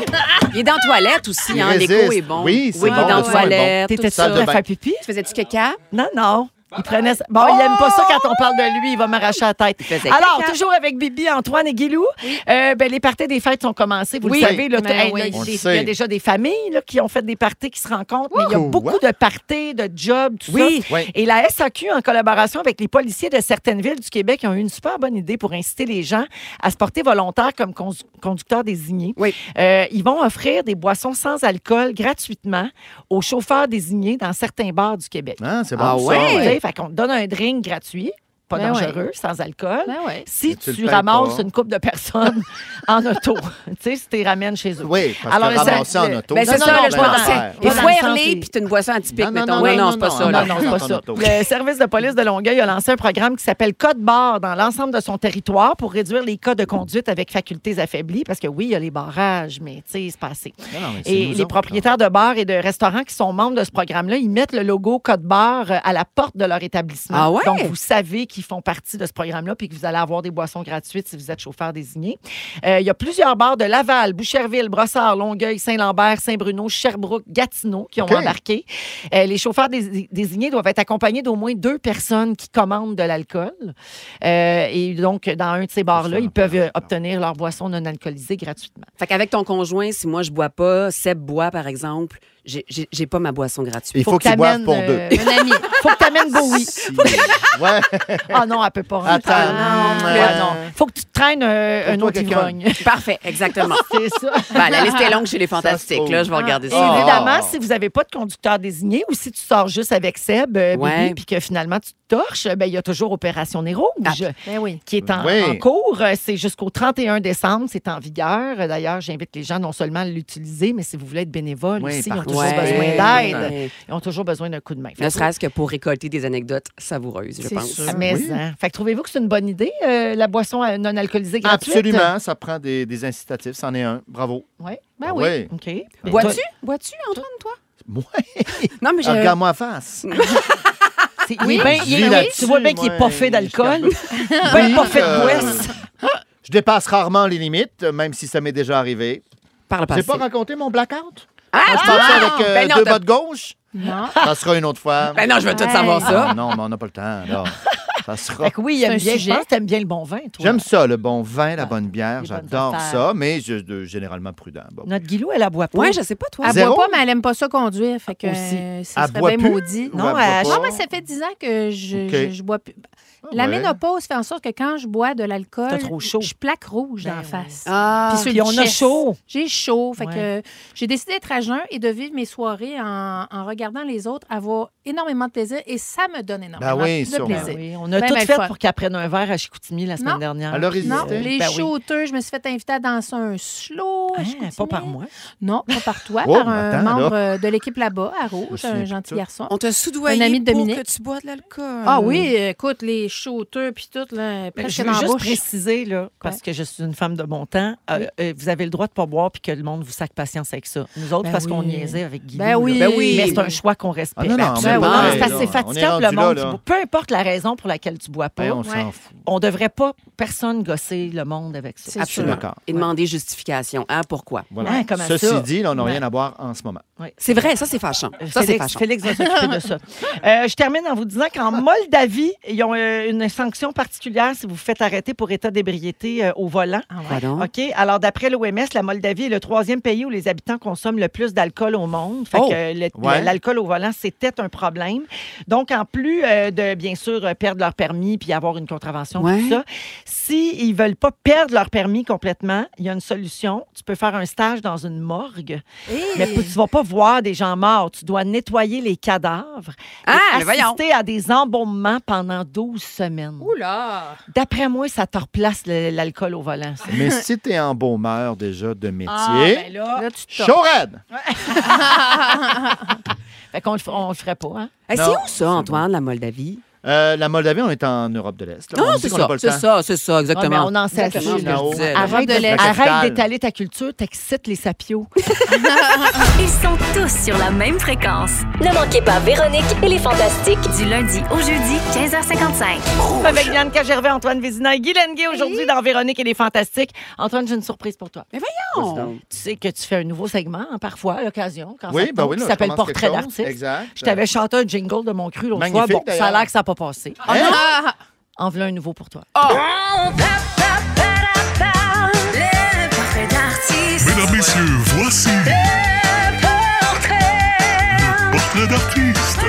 B: Il est dans la toilette aussi,
C: Il
B: hein. L'écho
C: résiste.
B: est bon.
C: Oui, c'est bon,
B: il
A: Ah,
B: est dans
C: le
B: la
C: son est bon.
B: toilette. tout
A: T'étais-tu
B: ça.
C: salle de
A: à
C: bain.
A: faire pipi?
B: Tu faisais-tu caca?
A: Non, non. Il prenait ça. Bon, il aime pas ça quand on parle de lui. Il va m'arracher la tête.
B: faisait
A: Alors,
B: caca.
A: toujours avec Bibi, Antoine et Guilou, euh, ben, les parties des fêtes sont commencées. Vous
C: Oui.
A: le savez, là, t-
E: Ben
A: hey,
E: oui.
A: là, il y a
C: On le
A: des- il y
C: sait.
A: a déjà des familles là, qui ont fait des parties, qui se rencontrent. Mais il y a
C: Quoi?
A: beaucoup de parties, de jobs, tout
B: Oui.
A: ça.
C: Oui.
A: Et la SAQ, en collaboration avec les policiers de certaines villes du Québec, ont eu une super bonne idée pour inciter les gens à se porter volontaire comme condu- conducteurs désignés.
B: Oui.
A: Euh, ils vont offrir des boissons sans alcool gratuitement aux chauffeurs désignés dans certains bars du Québec.
C: Hein, c'est bon.
B: Ah
C: ça.
B: ouais?
A: Tu sais, Fait qu'on te donne un drink gratuit. pas
E: Ben
A: dangereux, sans alcool.
E: Ben ouais.
A: Si
C: Mais tu
A: tu,
C: le payes
A: ramasses
C: pas.
A: une couple de personnes en auto, tu sais, si tu les ramènes chez eux.
C: Oui, parce
A: Alors,
C: que
A: ça-
C: ramasser en
A: le-
C: auto,
B: Ben, c'est
A: non,
B: ça,
A: non,
B: là, je
A: ben,
B: pensais.
A: ben,
B: Et
A: dans le
B: foirler,
A: sens-
B: puis t'as une boisson atypique,
C: Non, non,
B: mettons.
C: non,
B: Oui,
C: non,
B: non, c'est pas
C: non,
B: ça,
C: non,
B: là.
A: non, non, c'est pas
C: Ton
A: ça.
C: auto.
A: Le service de police de Longueuil a lancé un programme qui s'appelle Code barre dans l'ensemble de son territoire pour réduire les cas de conduite avec facultés affaiblies. Parce que oui, il y a les barrages, mais tu sais, c'est pas assez.
C: Non, non, mais c'est nous
A: Et les
C: autres,
A: propriétaires de bars et de restaurants qui sont membres de ce programme-là, ils mettent le logo Code barre euh, à la porte de leur établissement.
B: Ah ouais?
A: Donc, vous savez qu'ils font partie de ce programme-là puis que vous allez avoir des boissons gratuites si vous êtes chauffeur désigné. Euh, il y a plusieurs bars de Laval, Boucherville, Brossard, Longueuil, Saint-Lambert, Saint-Bruno, Sherbrooke, Gatineau qui ont embarqué. Euh, les chauffeurs dés- désignés doivent être accompagnés d'au moins deux personnes qui commandent de l'alcool. Euh, et donc, dans un de ces bars-là, ils peuvent euh, obtenir leur boisson non alcoolisée gratuitement.
B: Fait qu'avec ton conjoint, si moi je bois pas, Seb boit, par exemple, j'ai- j'ai j'ai pas ma boisson gratuite.
C: Il faut qu'ils
A: que
C: boivent pour
A: t'amènes,
C: deux.
A: euh, Un ami. Faut que t'amènes Bowie.
C: Si- Ouais.
A: Ah non, elle peut pas.
C: Attends.
A: Ah non,
C: Ouais.
A: ah non. Faut que tu te traînes euh, un
C: Trouve-toi
A: autre
C: quelqu'un.
A: ivrogne.
B: Parfait, exactement.
A: C'est ça.
B: Ben, la liste est longue chez les fantastiques,
C: trouve.
B: là. Je vais regarder
A: Et
B: ça.
C: Ah.
A: évidemment, si vous n'avez pas de conducteur désigné ou si tu sors juste avec Seb, euh,
B: Ouais.
A: Bibi, puis que finalement tu te torches, ben, il y a toujours Opération Nez Rouge.
E: Ben oui.
A: qui est en,
C: Oui.
A: en cours. Euh, C'est jusqu'au 31 décembre, c'est en vigueur. Euh, D'ailleurs, j'invite les gens non seulement à l'utiliser, mais si vous voulez être bénévole
C: Oui,
A: aussi, ils ont
C: participer.
A: toujours
C: Ouais.
A: besoin d'aide. Ils ont toujours besoin d'un coup de main. Fait
B: Ne
A: que-
B: serait-ce que pour récolter des anecdotes savoureuses, je
E: C'est
B: pense.
E: sûr.
A: Ah, mais,
C: Oui.
A: hein. Fait que trouvez-vous que c'est une bonne idée, euh, la boisson euh, non alcoolisée gratuite?
C: Absolument, ça prend des, des incitatifs, c'en est un. Bravo.
A: Ouais.
E: Ben oui.
A: OK. Ben,
B: Bois-tu? Bois-tu, Antoine, toi?
C: Moi,
B: Non, mais j'ai.
C: regarde-moi la face.
A: toi, c'est- il est bien- il est-
C: Vis là-dessus,
A: tu vois bien qu'il
C: moi,
A: est pas fait
C: je
A: d'alcool,
C: Oui,
A: bien pas fait de
C: euh,
A: boisse.
C: Je dépasse rarement les limites, même si ça m'est déjà arrivé.
B: Par le
C: J'ai
B: passé.
C: pas raconté mon blackout?
B: Ah,
C: Moi, je pensais avec euh,
B: Ben non,
C: deux
B: t'as-
C: bottes gauche.
E: Non.
C: Ça sera une autre fois.
B: Ben non, je veux tout
E: Ouais.
B: savoir
C: Ah,
B: ça. Ben,
C: non, mais on n'a pas le temps. là. Ça sera.
A: Fait que oui, il aime
E: un
A: bien, je
E: sujet.
A: pense que t'aimes bien le bon vin, toi.
C: J'aime ça, le bon vin,
B: Ah,
C: la bonne bière.
A: les bonnes
C: J'adore
A: affaires.
C: ça, mais je suis généralement prudent. Bon.
A: Notre Guilou, elle la boit pas.
B: Ouais, je sais pas, toi.
E: Elle
C: Zéro?
E: boit pas, mais elle aime pas ça conduire. Fait que
A: Aussi.
E: euh,
C: Elle
E: ça
C: boit
E: serait bien
C: plus?
E: maudit.
C: Ou
A: Non,
C: elle boit
A: elle-
C: pas?
E: Non, Ah, moi, ça fait 10 ans que je,
C: Ok. Ah,
E: je, je bois plus. La
C: Ouais.
E: ménopause fait en sorte que quand je bois de
A: T'as
E: l'alcool,
A: trop chaud.
E: je plaque rouge
A: Ben
E: d'en
A: oui.
E: face.
B: Ah.
E: Puis sur
A: Puis
E: le
A: on a
E: chest.
A: chaud.
E: J'ai chaud. Fait
A: Ouais.
E: que j'ai décidé d'être à jeun et de vivre mes soirées en, en regardant les autres avoir énormément de plaisir et ça me donne énormément
C: Ben oui,
E: de
C: sûrement.
E: plaisir.
C: Ben
A: Oui, on a
E: Ben,
A: tout
E: ben, le
A: fait
E: fun.
A: pour qu'elle prenne un verre à Chicoutimi la semaine
E: Non.
A: dernière.
C: Elle a
A: Puis,
C: résisté.
E: Non,
C: C'était-
E: les
A: ben oui.
E: shooters, je me suis fait inviter à danser un slow. à
A: Hein, pas
E: Chicoutimi.
A: par moi.
E: Non, pas par toi,
C: Oh,
E: par un
C: attends,
E: membre euh, de l'équipe là-bas, à
C: me
E: Rouge,
C: souviens
E: un
C: plus de
E: gentil
C: ça.
E: garçon.
B: On t'a soudoyé
E: Un ami de
B: Euh, pour
E: Dominique.
B: que tu bois de l'alcool.
E: Ah oui, écoute, les shooters puis tout, là,
A: Ben,
E: presque
A: je veux
E: dans la
A: juste
E: bouche.
A: préciser, là, parce que je suis une femme de bon temps, euh, euh, vous avez le droit de pas boire puis que le monde vous sac patience avec ça. Nous autres,
E: Ben
A: parce qu'on
E: oui.
A: niaisait avec Guy.
E: Ben oui.
B: Ben oui.
A: Mais c'est un choix qu'on
C: Ah
A: respecte.
C: non, non,
A: Absolument.
E: mais
A: Non,
E: ouais,
A: c'est parce que
C: là,
A: c'est
C: on est
A: fatigant pour le
C: rendu là,
A: monde.
C: là.
A: qui boit. Peu importe la raison pour laquelle tu bois pas,
C: Ben, on
E: Ouais.
C: s'en fout.
A: on devrait pas, personne gosser le monde avec ça.
E: C'est
B: Absolument.
C: D'accord.
B: Et demander justification. Ah, pourquoi?
C: Voilà.
A: Hein, comment
C: Ceci
A: ça?
C: dit, là, on n'a
A: Ouais.
C: rien à boire en ce moment.
B: C'est vrai, ça, c'est fâchant. Ça, c'est
A: Félix,
B: fâchant.
A: Félix va s'occuper de ça. Euh, je termine en vous disant qu'en Moldavie, ils ont euh, une sanction particulière si vous vous faites arrêter pour état d'ébriété euh, au volant.
B: Pardon?
A: OK. Alors, d'après l'OMS, la Moldavie est le troisième pays où les habitants consomment le plus d'alcool au monde. Fait
B: Oh!
A: que le- le-
C: Ouais.
A: l'alcool au volant, c'était un problème. Donc, en plus euh, de, bien sûr, euh, perdre leur permis puis avoir une contravention,
B: Ouais.
A: tout ça, s'ils ne veulent pas perdre leur permis complètement, il y a une solution. Tu peux faire un stage dans une morgue, mais p- tu ne vas pas voir des gens morts. Tu dois nettoyer les cadavres et
B: Ah, mais voyons.
A: assister à des embaumements pendant 12 semaines.
E: Oula!
A: D'après moi, ça te replace le- l'alcool au volant. ça.
C: Mais si t'es embaumeur déjà de métier,
E: Ah, ben là,
A: Là, tu te
C: chaud raide!
A: Fait qu'on le f- on le ferait pas, hein?
B: Eh, c'est
C: Non,
B: où ça, Antoine, la Moldavie?
C: Euh, la Moldavie, on est en Europe de l'Est. là. On
B: Non,
C: dit
B: c'est
C: qu'on n'a
B: ça.
C: pas le
B: C'est
C: temps.
B: ça, c'est ça, exactement.
A: Ouais, mais on en sait assez,
B: Exactement ce que
C: là.
B: je disais, là.
E: Europe
A: Arrête
E: de
A: de-
E: l'Est.
A: arrête
C: Capitale.
A: d'étaler ta culture, t'excites les sapios.
G: Ils sont tous sur la même fréquence.
I: Ne manquez pas Véronique et les Fantastiques.
G: Du lundi au jeudi, 15h55.
A: Avec Yann Gervais, Antoine Vézina et Guy Lenguet aujourd'hui dans Véronique et les Fantastiques. Antoine, j'ai une surprise pour toi.
B: Non.
A: Tu sais que tu fais un nouveau segment, hein, parfois, à l'occasion, quand ça
C: Oui,
A: te
C: ben
A: tente,
C: oui,
A: qui
C: là, je
A: s'appelle
C: commence
A: Portrait
C: quelque chose.
A: d'artiste.
C: Exact.
A: Je t'avais chanté un jingle de mon cru l'autre fois.
C: Magnifique,
A: Bon, ça a l'air
C: d'ailleurs.
A: que ça n'a pas passé.
C: Hein?
A: En voilà un nouveau pour toi.
F: Mesdames, messieurs, voici le portrait d'artiste.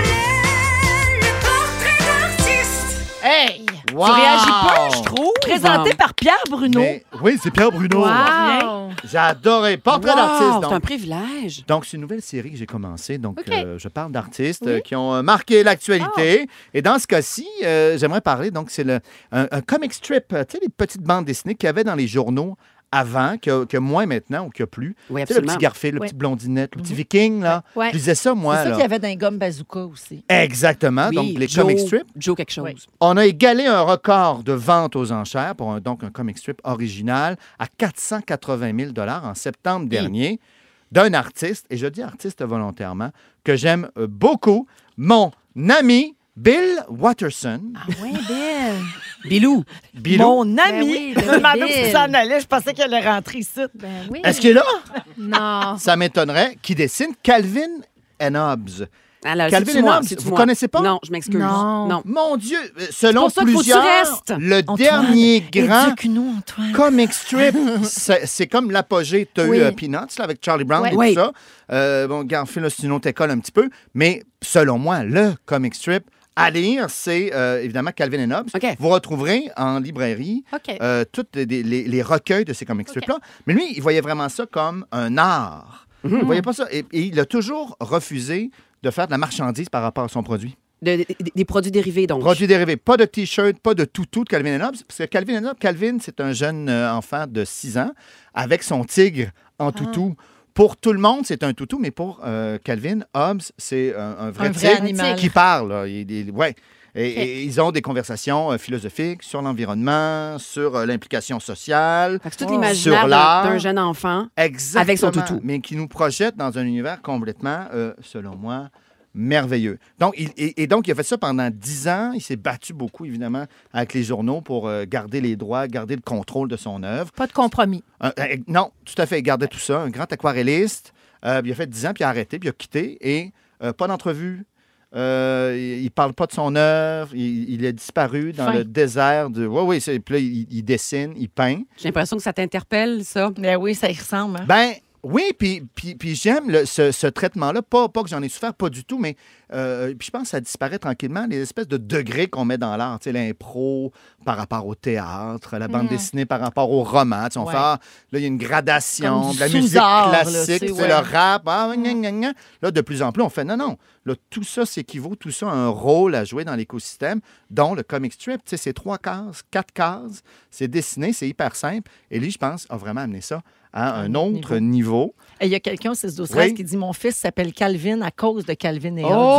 A: Hey!
C: Wow!
A: Tu réagis pas, je trouve. présenté par Pierre Hein? Bruno.
C: Oh! Mais- oui, c'est Pierre Bruno.
E: Wow!
C: J'ai adoré. Portrait d'artiste,
B: C'est un
C: donc.
B: privilège.
C: Donc, c'est une nouvelle série que j'ai commencée. Donc,
E: OK.
C: euh, je parle d'artistes euh, qui ont euh, marqué l'actualité. Et dans ce cas-ci, euh, j'aimerais parler, donc, c'est le- un, un comic strip, euh, tu sais, les petites bandes dessinées qu'il y avait dans les journaux avant, que, que moins maintenant ou que plus. Tu
B: Oui,
C: sais, le
B: absolument.
C: petit Garfield, le
E: Ouais.
C: petit Blondinette, le petit Viking, là.
E: Ouais.
C: Je lisais ça, moi,
A: c'est ça
C: là.
A: qu'il y avait d'un gomme bazooka aussi.
C: Exactement.
B: Oui,
C: donc, les
B: Joe-
C: comic strips.
B: Joe quelque chose.
A: Oui.
C: On a égalé un record de vente aux enchères pour un, donc un comic strip original à 480 000 en septembre dernier d'un artiste, et je dis artiste volontairement, que j'aime euh, beaucoup, mon ami Bill Watterson.
E: Ah oui, Bill!
B: Bilou.
C: Bilou.
A: Mon
E: Ben
A: ami,
E: oui, ben oui,
A: Manon
E: Bill.
A: qui s'en allait, je pensais qu'elle allait rentrer ici.
E: Ben oui.
C: Est-ce qu'il est là?
E: Non.
C: Ça m'étonnerait. Qui dessine Calvin and Hobbes.
B: Alors,
C: Calvin
B: c'est-tu moi,
C: Hobbes,
B: c'est-tu
C: vous
B: moi?
C: connaissez pas?
B: Non, je m'excuse.
E: Non.
C: Mon Dieu, euh, selon
B: pour ça qu'il faut que tu
C: plusieurs,
B: restes,
C: le
A: Antoine,
C: dernier
E: Ben,
C: grand
A: Éduque-nous, Antoine.
C: comic strip, c'est c'est comme l'apogée. Tu as
E: Oui.
C: eu euh, Peanuts là, avec Charlie Brown
E: Ouais.
C: et
B: Oui.
C: tout ça. Euh, bon, Garfield, là, c'est une autre école un petit peu. Mais selon moi, le comic strip à lire, c'est euh, évidemment Calvin and Hobbes.
B: OK.
C: Vous retrouverez en librairie
E: OK.
C: euh, tous les, les- les- les recueils de ces comic strips-là. Mais lui, il voyait vraiment ça comme un art.
E: Mhm.
C: Il voyait pas ça. Et, et il a toujours refusé de faire de la marchandise par rapport à son produit.
B: De- de- des produits dérivés, donc.
C: Produit dérivé, pas de t-shirt, pas de toutou de Calvin and Hobbes, parce que Calvin and Hobbes, Calvin, c'est un jeune euh, enfant de 6 ans avec son tigre
B: Ah.
C: en toutou. Pour tout le monde, c'est un toutou, mais pour euh, Calvin, Hobbes, c'est euh, un, un vrai
A: Un vrai
C: tigre
A: animal.
C: qui parle. là. Il- il- ouais. Et, et ils ont des conversations euh, philosophiques sur l'environnement, sur euh, l'implication sociale.
B: Fait que c'est tout
C: Wow.
B: l'imaginaire
C: Sur l'art.
B: d'un jeune enfant.
C: Exactement.
B: Avec son toutou.
C: Mais qui nous projette dans un univers complètement, euh, selon moi, merveilleux. Donc, il, et, et donc, il a fait ça pendant dix ans. Il s'est battu beaucoup, évidemment, avec les journaux pour euh, garder les droits, garder le contrôle de son œuvre.
E: Pas de compromis.
C: Un- un- non, tout à fait, il gardait tout ça. Un grand aquarelliste. Euh, il a fait dix ans, puis il a arrêté, puis il a quitté. Et euh, pas d'entrevue. Euh, il il parle pas de son œuvre. Il, il a disparu dans
E: Fin.
C: le désert de. Oui, oui, c'est- puis là, il- il dessine, il peint.
B: J'ai l'impression que ça t'interpelle, ça.
A: Ben oui, ça y ressemble. hein.
C: Ben oui, puis, puis, puis j'aime le- ce, ce traitement-là. Pas, pas que j'en ai souffert, pas du tout, mais euh, puis je pense que ça disparaît tranquillement, les espèces de degrés qu'on met dans l'art. Tu sais, l'impro par rapport au théâtre, la bande dessinée par rapport au roman. Tu sais, on
A: Mm. Ouais.
C: fait, ah, là, il y a une gradation,
A: Comme du
C: de la musique
A: sous-art, là,
C: classique,
A: tu sais,
C: c'est
A: ouais. Mm.
C: le rap. ah, gna, gna, gna. Là, de plus en plus, on fait, non, non, là, tout ça s'équivaut, tout ça a un rôle à jouer dans l'écosystème, dont le comic strip. Tu sais, c'est trois cases, quatre cases, c'est dessiné, c'est hyper simple. Et lui, je pense, a vraiment amené ça à un autre niveau.
A: Et Il y a quelqu'un, c'est ce
C: Oui.
A: qui dit Mon fils s'appelle Calvin à cause de Calvin et Hobbes.
E: Oh!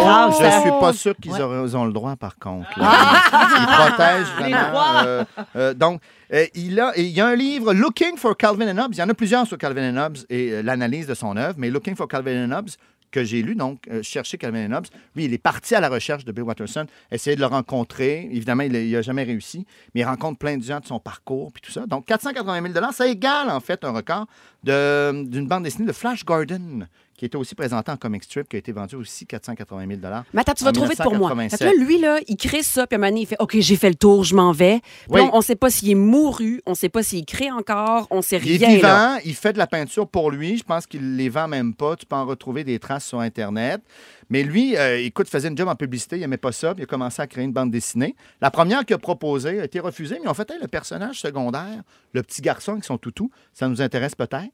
A: Grâce
C: je
A: à-
C: suis pas sûr qu'ils
A: Ouais.
C: auront- ont le droit, par contre. là. Ils protègent vraiment. euh, euh, donc, euh, il, a, il y a un livre, Looking for Calvin and Hobbes. Il y en a plusieurs sur Calvin and Hobbes et euh, l'analyse de son œuvre, mais Looking for Calvin and Hobbes, que j'ai lu, donc euh, Chercher Calvin and Hobbes, lui, il est parti à la recherche de Bill Watterson, essayer de le rencontrer. Évidemment, il n'a jamais réussi, mais il rencontre plein de gens de son parcours, puis tout ça. Donc, 480 000 ça égale, en fait, un record de- d'une bande dessinée de Flash Garden, qui était aussi présentée en comic strip, qui a été vendue aussi 480 000
B: Mais attends, tu vas
C: En
B: trouver pour moi. Fait que
C: 1987.
B: là, lui, là, il crée ça, puis à un moment donné, il fait OK, j'ai fait le tour, je m'en vais. Puis
C: Oui.
B: là, on ne sait pas s'il est mouru, on ne sait pas s'il crée encore, on ne sait
C: Il est
B: rien.
C: vivant,
B: là.
C: il fait de la peinture pour lui. Je pense qu'il les vend même pas. Tu peux en retrouver des traces sur Internet. Mais lui, euh, écoute, faisait une job en publicité, il aimait pas ça, puis il a commencé à créer une bande dessinée. La première qu'il a proposée a été refusée, mais en fait, Hey, le personnage secondaire, le petit garçon avec son toutou, ça nous intéresse peut-être.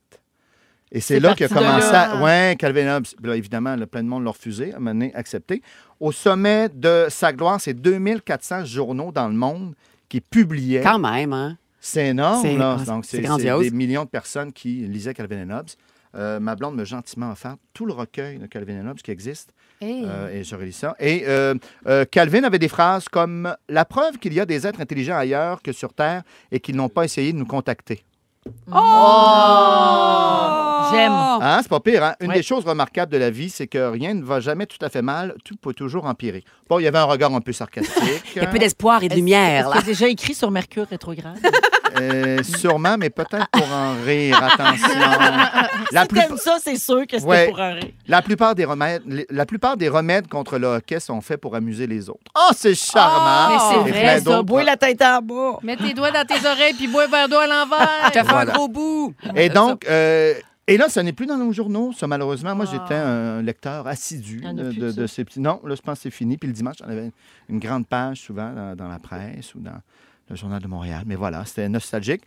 C: Et c'est
A: C'est
C: là qu'il a
A: parti de
C: commencé
A: là.
C: à. Ouais, Calvin Hobbes. Puis là, évidemment, le plein de monde l'a refusé, à un moment donné, accepté. Au sommet de sa gloire, c'est 2400 journaux dans le monde qui publiaient
B: Quand même, hein?
C: c'est énorme,
B: C'est-
C: là.
B: ah,
C: Donc,
B: c'est
C: c'est c'est
B: grandiose.
C: des millions de personnes qui lisaient Calvin and Hobbes. Euh, ma blonde m'a gentiment offert tout le recueil de Calvin and Hobbes qui existe.
E: Hey.
C: Euh, et je relis ça. Et euh, euh, Calvin avait des phrases comme « La preuve qu'il y a des êtres intelligents ailleurs que sur Terre et qu'ils n'ont pas essayé de nous contacter.
B: Oh!
A: J'aime.
C: Hein, C'est pas pire, hein? Une
A: Ouais.
C: des choses remarquables de la vie, c'est que rien ne va jamais tout à fait mal. Tout peut toujours empirer. Bon, il y avait un regard un peu sarcastique.
B: Il y a peu d'espoir et de lumière,
A: Est-ce
B: là.
A: que t'as déjà écrit sur Mercure rétrograde.
C: Euh, sûrement, mais peut-être pour en rire. Attention. La
A: si
C: plupart-
A: t'aimes ça, c'est sûr que c'était
C: Ouais.
A: pour un rire.
C: La plupart des remèdes, les- la plupart des remèdes contre le hockey sont faits pour amuser les autres. Oh, c'est charmant.
E: Ah! mais c'est vrai,
C: Et plein
A: Hey, ça,
C: d'autres-
A: bouille la tête en bas.
E: Mets tes doigts dans tes oreilles puis bois un verre d'eau à l'envers.
A: Ah,
B: T'as fait
C: Voilà.
B: un gros bout.
C: Et donc. euh, et là, ça n'est plus dans nos journaux, ça, malheureusement. Moi,
E: Ah.
C: j'étais un lecteur assidu
A: Il y en a
C: de,
A: plus
C: de-
A: de
C: de ces petits. Non, là, je pense que c'est fini. Puis le dimanche, on avait une grande page, souvent, dans, dans la presse ou dans. là, le Journal de Montréal. Mais voilà, c'était nostalgique.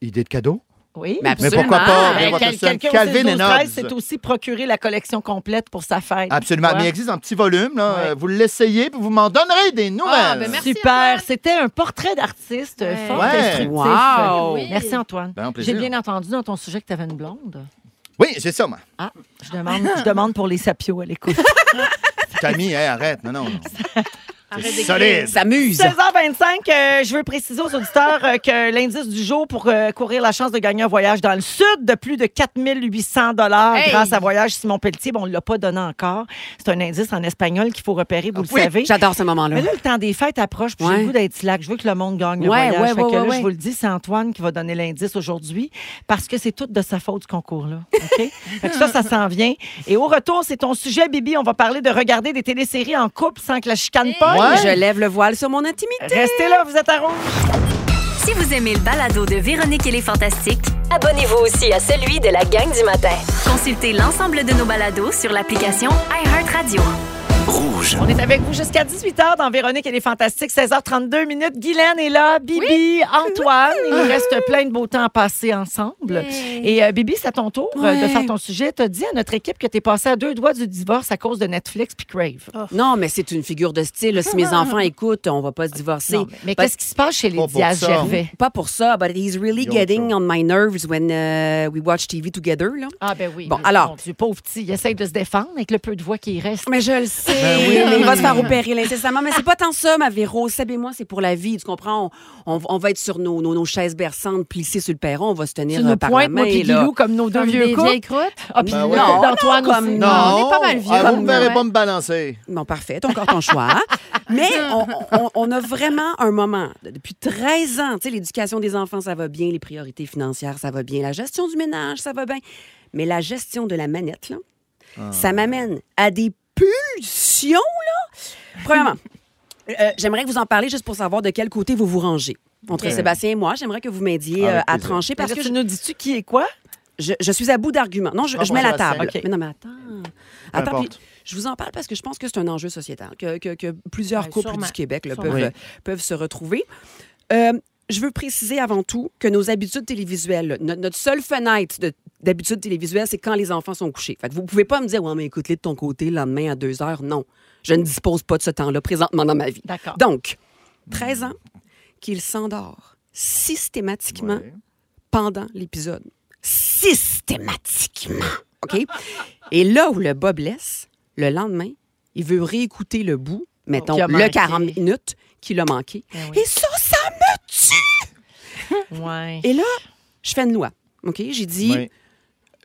C: Idée de cadeau?
A: Oui. Ah,
B: Mais
C: Mais
B: absolument.
C: pourquoi pas?
A: Ben,
C: Véronique
A: quel-
C: Watson,
A: Quelqu'un au
C: Calvin
A: 16, 12, 13
C: et Hobbes.
A: s'est aussi procuré la collection complète pour sa fête.
C: Absolument.
A: Tu vois?
C: Mais il existe un petit volume. Là.
A: Ouais.
C: Euh, Vous l'essayez, puis vous m'en donnerez des nouvelles.
E: Ah, ben merci.
A: Super.
E: Antoine.
A: C'était un portrait d'artiste euh,
E: Ouais.
A: fort
C: Ouais.
A: instructif.
B: Wow.
E: Oui.
A: Merci, Antoine.
C: Ben, un plaisir.
A: J'ai bien entendu dans ton sujet que tu avais une blonde.
C: Oui, c'est ça, moi.
A: Ah, je demande, je demande pour les sapios à l'écoute.
C: Camille, hey, arrête. Non, non, non. C'est
B: Ça
C: solide.
B: S'amuse.
A: 16h25, euh, je veux préciser aux auditeurs euh, que l'indice du jour pour euh, courir la chance de gagner un voyage dans le sud de plus de 4800 dollars
E: Hey!
A: grâce à Voyage Simon Pelletier, bon, on ne l'a pas donné encore. C'est un indice en espagnol qu'il faut repérer, vous le
B: Oui,
A: savez.
B: J'adore ce moment-là.
A: Mais là, le temps des fêtes approche, puis j'ai
B: Ouais.
A: le goût d'être slack. Je veux que le monde gagne le
B: Ouais,
A: voyage.
B: ouais,
A: Fait
B: ouais,
A: que là,
B: ouais, ouais.
A: je vous le dis, c'est Antoine qui va donner l'indice aujourd'hui parce que c'est tout de sa faute, ce concours-là. OK? Fait que ça, ça s'en vient. Et au retour, c'est ton sujet, Bibi. On va parler de regarder des téléséries en couple sans que la chicane pas.
C: Ouais.
B: Je lève le voile sur mon intimité.
A: Restez là, vous êtes à rouge.
G: Si vous aimez le balado de Véronique et les Fantastiques,
I: Abonnez-vous aussi à celui de la gang du matin.
G: consultez l'ensemble de nos balados sur l'application iHeartRadio.
A: On est avec vous jusqu'à 18h dans Véronique et les Fantastiques, 16h32 minutes. Guylaine est là, Bibi, Antoine. Il nous reste plein de beau temps à passer ensemble. Et euh, Bibi, c'est à ton tour euh, de
B: Ouais.
A: faire ton sujet. Tu as dit à notre équipe que tu es passé à deux doigts du divorce à cause de Netflix puis Crave.
B: Non, mais c'est une figure de style. Si mes enfants écoutent, on va pas se divorcer.
A: Non, mais mais
B: Parce-
A: qu'est-ce qui se passe chez les
C: Ben, Pas pour
A: Diaz
C: ça.
A: Gervais?
B: Pas pour ça, but he's really
C: Yo,
B: getting
C: ça.
B: on my nerves when uh, we watch TV together. Là.
A: Ah ben oui.
B: Bon, alors-
A: Mon Dieu, pauvre petit, il essaye de se défendre avec le peu de voix qui reste.
B: Mais je le sais, Ben mais il va se faire opérer là, incessamment. Mais c'est pas tant ça, ma Véro. Seb et moi, c'est pour la vie. Tu comprends? On, on- on va être sur nos, nos, nos chaises berçantes, plissées sur le perron. On va se tenir
A: Tu
B: euh,
A: nous
B: par la
A: pointes,
B: main.
A: moi puis
B: là.
A: Guilou, comme nos deux
E: Comme
A: vieux
E: des
A: couples.
E: vieilles croûtes.
A: Ah, puis
C: Ben
A: le
C: ouais.
A: couple
B: Non,
A: d'Antoine
B: non, comme-
A: aussi.
C: Non,
E: on est pas mal vieux.
C: ah, vous
E: Comme hein.
C: ne verrez
E: nous,
C: pas
E: ouais.
C: me balancer.
B: Bon, parfait, encore ton choix. hein. Mais on, on- on a vraiment un moment, depuis 13 ans, tu sais, l'éducation des enfants, ça va bien, les priorités financières, ça va bien, la gestion du ménage, ça va bien. Mais la gestion de la manette, là,
C: Ah.
B: ça m'amène à des pulsions, là. Premièrement, euh, j'aimerais que vous en parliez juste pour savoir de quel côté vous vous rangez. Entre
C: Ok. Ah,
B: Sébastien et moi, j'aimerais que vous m'aidiez
C: Avec
B: euh, à
C: plaisir.
B: trancher parce que
A: tu
B: je,
A: nous dis-tu qui est quoi?
B: je- je suis à bout d'arguments. Non, je,
C: Ah,
B: je
C: bon,
B: mets la
C: Sébastien.
B: table.
A: OK.
B: Mais non, mais attends. Attends, puis
C: importe.
B: je vous en parle parce que je pense que c'est un enjeu sociétal, que, que- que plusieurs
E: Ouais,
B: couples
E: sûrement.
B: du Québec là,
E: Sûrement.
B: peuvent, peuvent se retrouver. Euh, je veux préciser avant tout que nos habitudes télévisuelles, no- notre seule fenêtre de- d'habitude télévisuelle, c'est quand les enfants sont couchés. Fait que vous ne pouvez pas me dire, ouais, mais écoute-les de ton côté le lendemain à 2 heures. Non, je ne dispose pas de ce temps-là présentement dans ma vie.
A: D'accord.
B: Donc, 13 ans qu'il s'endort systématiquement
C: Ouais.
B: pendant l'épisode. Systématiquement. OK? Et là où le bas blesse, le lendemain, il veut réécouter le bout, mettons,
A: Qu'il a
B: le
A: manqué.
B: 40 minutes qu'il a manqué.
A: Ben oui.
B: Et ça, ça me tue!
A: Ouais.
B: Et là, je fais une loi. OK? J'ai dit,
C: Oui.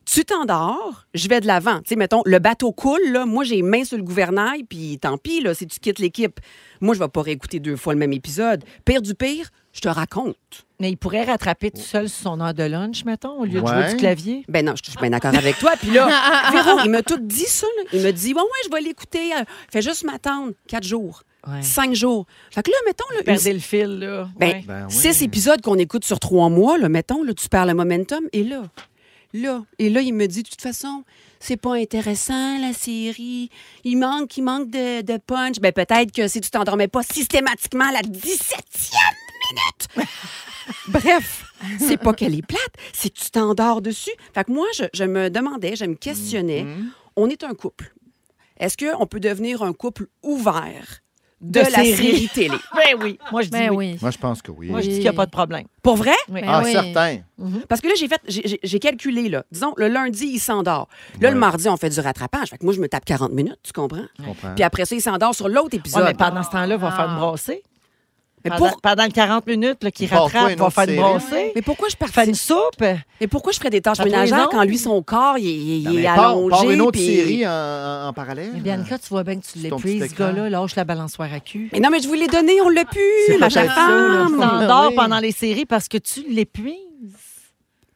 B: tu t'endors, je vais de l'avant. Tu sais, mettons, le bateau coule, là, moi, j'ai les mains sur le gouvernail, puis tant pis, là, si tu quittes l'équipe, moi, je vais pas réécouter deux fois le même épisode. Pire du pire, je te raconte.
A: Mais il pourrait rattraper
B: Oh.
A: tout seul sur son heure de lunch, mettons, au lieu de
C: Ouais.
A: jouer du clavier.
B: Ben non, je suis bien d'accord avec toi. Puis
A: Ah,
B: là, Véro, il m'a tout dit ça. là. Il me dit, ouais, ouais, je vais l'écouter. Euh, Fais juste m'attendre quatre jours,
A: Ouais.
B: cinq jours. Fait que là, mettons, là, une-
A: Perdez le fil, là.
B: Ben,
A: Ouais.
C: Ben oui.
B: six épisodes qu'on écoute sur trois mois, là, mettons, là, tu perds le momentum. Et là, là, et là, il me dit, de toute façon, c'est pas intéressant, la série. Il manque, il manque de, de punch. Ben, peut-être que si tu t'endormais pas systématiquement à la 17e minute. Bref, c'est pas qu'elle est plate, c'est que tu t'endors dessus. Fait que moi, je, je me demandais, je me questionnais.
C: Mm-hmm.
B: On est un couple. Est-ce qu'on peut devenir un couple ouvert de,
A: De
B: la
A: série.
B: série télé?
A: Ben oui. Moi, je dis
E: Ben
A: oui.
E: oui.
C: Moi, je pense que oui.
A: Moi, je dis qu'il n'y a pas de problème.
B: Pour vrai?
A: Oui.
E: Ben
C: ah,
E: oui.
C: certain.
B: Parce que là, j'ai fait, j'ai- j'ai j'ai calculé, là. Disons, le lundi, il s'endort. Là, le mardi, on fait du rattrapage. Fait que moi, je me tape 40 minutes, tu comprends?
C: Je comprends.
B: Puis après ça, il s'endort sur l'autre
A: Ouais,
B: épisode.
A: mais pendant ce temps-là, il va
E: Ah.
A: faire une brassée.
B: Mais
A: pendant,
B: pour-
A: pendant les 40 minutes là, qu'il
C: Bon, toi,
A: rattrape, il
C: une
A: va
C: autre
A: faire une
C: série.
A: brassée.
B: Mais pourquoi je
A: Faire une
B: partais?
A: soupe.
B: Mais pourquoi je ferais des tâches
A: Ça prend les
B: ménagères
A: ondes.
B: quand lui, son corps, il, il-
C: Non,
B: il
C: mais
B: est
C: pars-
B: allongé?
C: pars une autre
B: puis-
C: série en, en- en parallèle. euh,
A: Bianca, tu vois bien que tu
C: ton petit
A: l'épris, ce
C: écran.
A: gars-là. Lâche la balançoire à cul. Ah,
B: Mais non, mais je vous l'ai donné, on l'a pu, ma
C: peut-être
B: chère
C: ça, là.
A: Tu
B: femme.
A: t'endors
C: oui.
A: pendant les séries parce que tu l'épuises.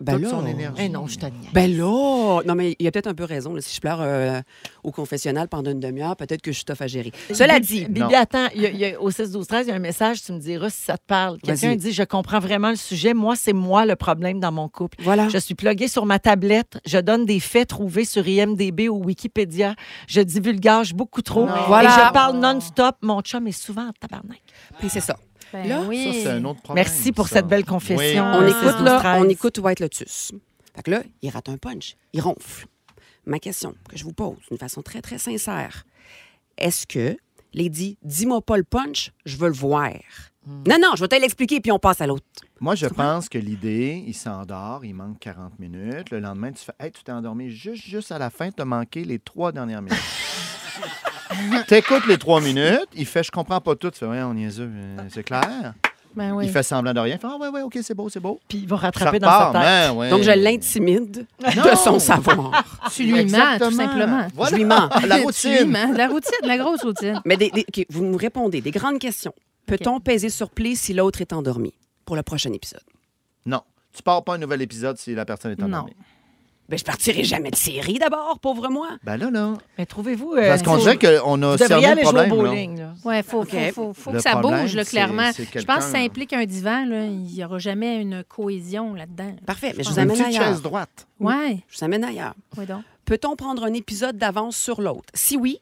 B: Ben
C: Toute
B: là,
C: son énergie.
A: Eh non, je te niaise.
B: ben là, non, mais il a peut-être un peu raison. là. Si je pleure euh, au confessionnal pendant une demi-heure, peut-être que je suis tough à gérer. Cela
A: Bibi-
B: dit,
A: Bibi,
C: Non.
A: attends, il y a- il y a- au 6-12-13, il y a un message, tu me diras si ça te parle. Quelqu'un
B: Vas-y.
A: dit Je comprends vraiment le sujet. Moi, c'est moi le problème dans mon couple.
B: voilà.
A: Je suis pluguée sur ma tablette. Je donne des faits trouvés sur IMDB ou Wikipédia. Je divulgage beaucoup trop.
C: Non.
A: Et
B: Voilà.
A: je parle non-stop. Mon chum est souvent en tabarnak.
B: Puis c'est ça.
E: Ben
B: Là,
E: oui.
C: Ça, c'est un autre problème.
A: Merci pour
C: ça.
A: cette belle confession.
C: Oui.
B: On
A: Le
B: écoute, là,
A: 6-12-13.
B: on écoute White Lotus. Fait que là, il rate un punch, il ronfle. Ma question que je vous pose d'une façon très, très sincère, est-ce que Lady, dis-moi pas le punch, je veux le voir. Non, non, je vais te l'expliquer, puis on passe à l'autre.
C: Moi, je pense que l'idée, il s'endort, il manque 40 minutes. Le lendemain, tu fais Hey, tu t'es endormi juste, juste à la fin, t'as manqué les trois dernières minutes. T'écoutes les trois minutes, il fait Je comprends pas tout. Tu fais Ouais, on niaiseux, euh, c'est clair.
E: Ben oui.
C: Il fait semblant de rien. Il fait Ah, ouais, ouais, OK, c'est beau, c'est beau.
A: Puis il va
C: Ça
A: rattraper dans
C: repart, hein.
A: sa tête.
C: man, ouais.
B: Donc, je l'intimide de son savoir.
E: Tu lui mens, tout
C: Exactement.
E: simplement.
C: Voilà.
B: Je lui mens.
E: Tu
C: La
E: lui
C: routine. Ah,
E: mens. La routine, la grosse routine.
B: Mais des- des- ok, vous nous répondez des grandes questions. Peut-on peser sur play si l'autre est endormi pour le prochain épisode?
C: Non. Tu pars pas un nouvel épisode si la personne est endormie.
B: Ben, je partirai jamais de série d'abord, pauvre moi.
C: Ben là, là.
A: Mais trouvez-vous. euh,
C: Parce qu'on dirait qu'on a
A: Vous devriez
C: cerné le
A: aller jouer au
C: problème. là.
A: bowling. là.
E: Oui, il faut,
B: OK.
E: faut, faut- faut
C: Le
E: que ça
C: problème,
E: bouge, là,
C: c'est-
E: clairement.
C: c'est
E: Je
C: quelqu'un,
E: pense que ça
C: là.
E: implique un divan. Là. Il n'y aura jamais une cohésion là-dedans.
B: Parfait, mais je vous
C: Une
B: amène
C: petite
B: ailleurs.
C: chaise droite.
E: Oui,
B: Je vous amène ailleurs.
E: oui donc.
B: Peut-on prendre un épisode d'avance sur l'autre? Si oui,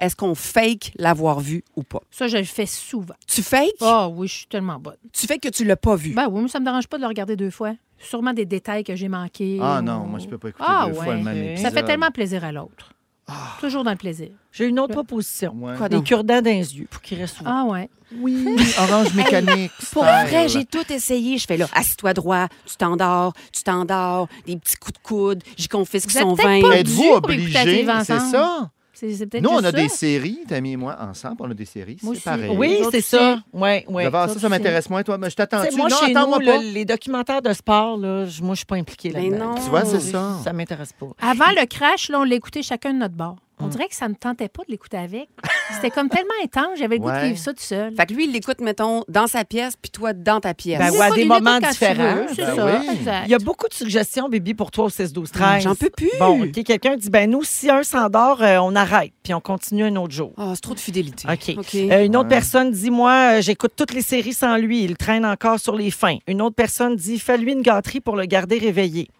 B: est-ce qu'on fake l'avoir vu ou pas?
E: Ça, je le fais souvent.
B: Tu fakes?
E: Ah oui, je suis tellement bonne.
B: Tu fais que tu l'as pas vu.
E: Ben oui, mais ça me dérange pas de le regarder deux fois. Sûrement des détails que j'ai manqués.
C: Ah
E: ou-
C: non, Euh. moi, je peux pas écouter
E: Ah,
C: deux fois
E: ouais.
C: le même
A: Ça fait
E: Ça
C: épisode.
E: fait tellement plaisir à l'autre.
C: Ah.
E: Toujours dans le plaisir.
A: J'ai une autre proposition.
C: Ouais. Ah,
B: Quoi
A: Des
B: donc?
A: cure-dents dans les yeux pour qu'ils restent ouverts.
E: Ah ouais.
C: Oui, orange mécanique.
B: Pour
C: style.
B: vrai, j'ai tout essayé. Je fais là, assis-toi droit, tu t'endors, tu t'endors, des petits coups de coude, j'y confisque
E: Vous êtes
B: son
E: peut-être
B: vin.
E: pas-
C: Êtes-vous
E: dû pour écouter
C: obligé?
E: la
C: C'est
E: TV
C: ça.
E: C'est c'est peut-être
C: Nous, on
E: juste
C: a
E: ça.
C: des séries, Tammy et moi, ensemble, on a des séries.
E: Moi
C: C'est
E: aussi.
C: pareil.
A: Oui,
E: Les autres
A: c'est
E: aussi.
A: ça. Oui,
C: D'abord,
A: oui.
E: les
C: ça,
E: autres
C: ça
E: aussi.
C: m'intéresse moins. Toi, mais je t'attends.
A: Tu sais,
C: tu
A: moi,
C: non,
A: chez
C: attends-moi
A: nous,
C: pas.
A: là, les documentaires de sport, là, je- moi, je suis pas impliquée
B: Mais non.
A: là-dedans.
C: Tu vois, c'est ça.
A: Ça m'intéresse pas.
E: Avant le crash, là, on l'écoutait chacun de notre bord. On
C: Mm.
E: dirait que ça ne tentait pas de l'écouter avec. C'était comme tellement intense, j'avais le goût de
C: Ouais.
E: vivre ça tout seul.
B: Fait que lui, il l'écoute, mettons, dans sa pièce, puis toi, dans ta pièce.
A: Ben
E: Écoute,
A: ouais, à des
E: Lily,
A: moments
E: quand tu
A: différents.
E: veux, C'est
C: Ben
E: ça.
C: oui.
E: exact.
A: Il y a beaucoup de suggestions, Bibi, pour toi au 16-12-13.
B: Hmm, J'en peux plus.
A: Bon, OK, quelqu'un dit, ben nous, si un s'endort, euh, on arrête, puis on continue un autre jour.
B: Ah, c'est trop de fidélité.
A: OK.
B: OK.
A: Euh, une
C: Ouais.
A: autre personne dit Moi, euh, j'écoute toutes les séries sans lui. Il traîne encore sur les fins. Une autre personne dit Fais-lui une gâterie pour le garder réveillé.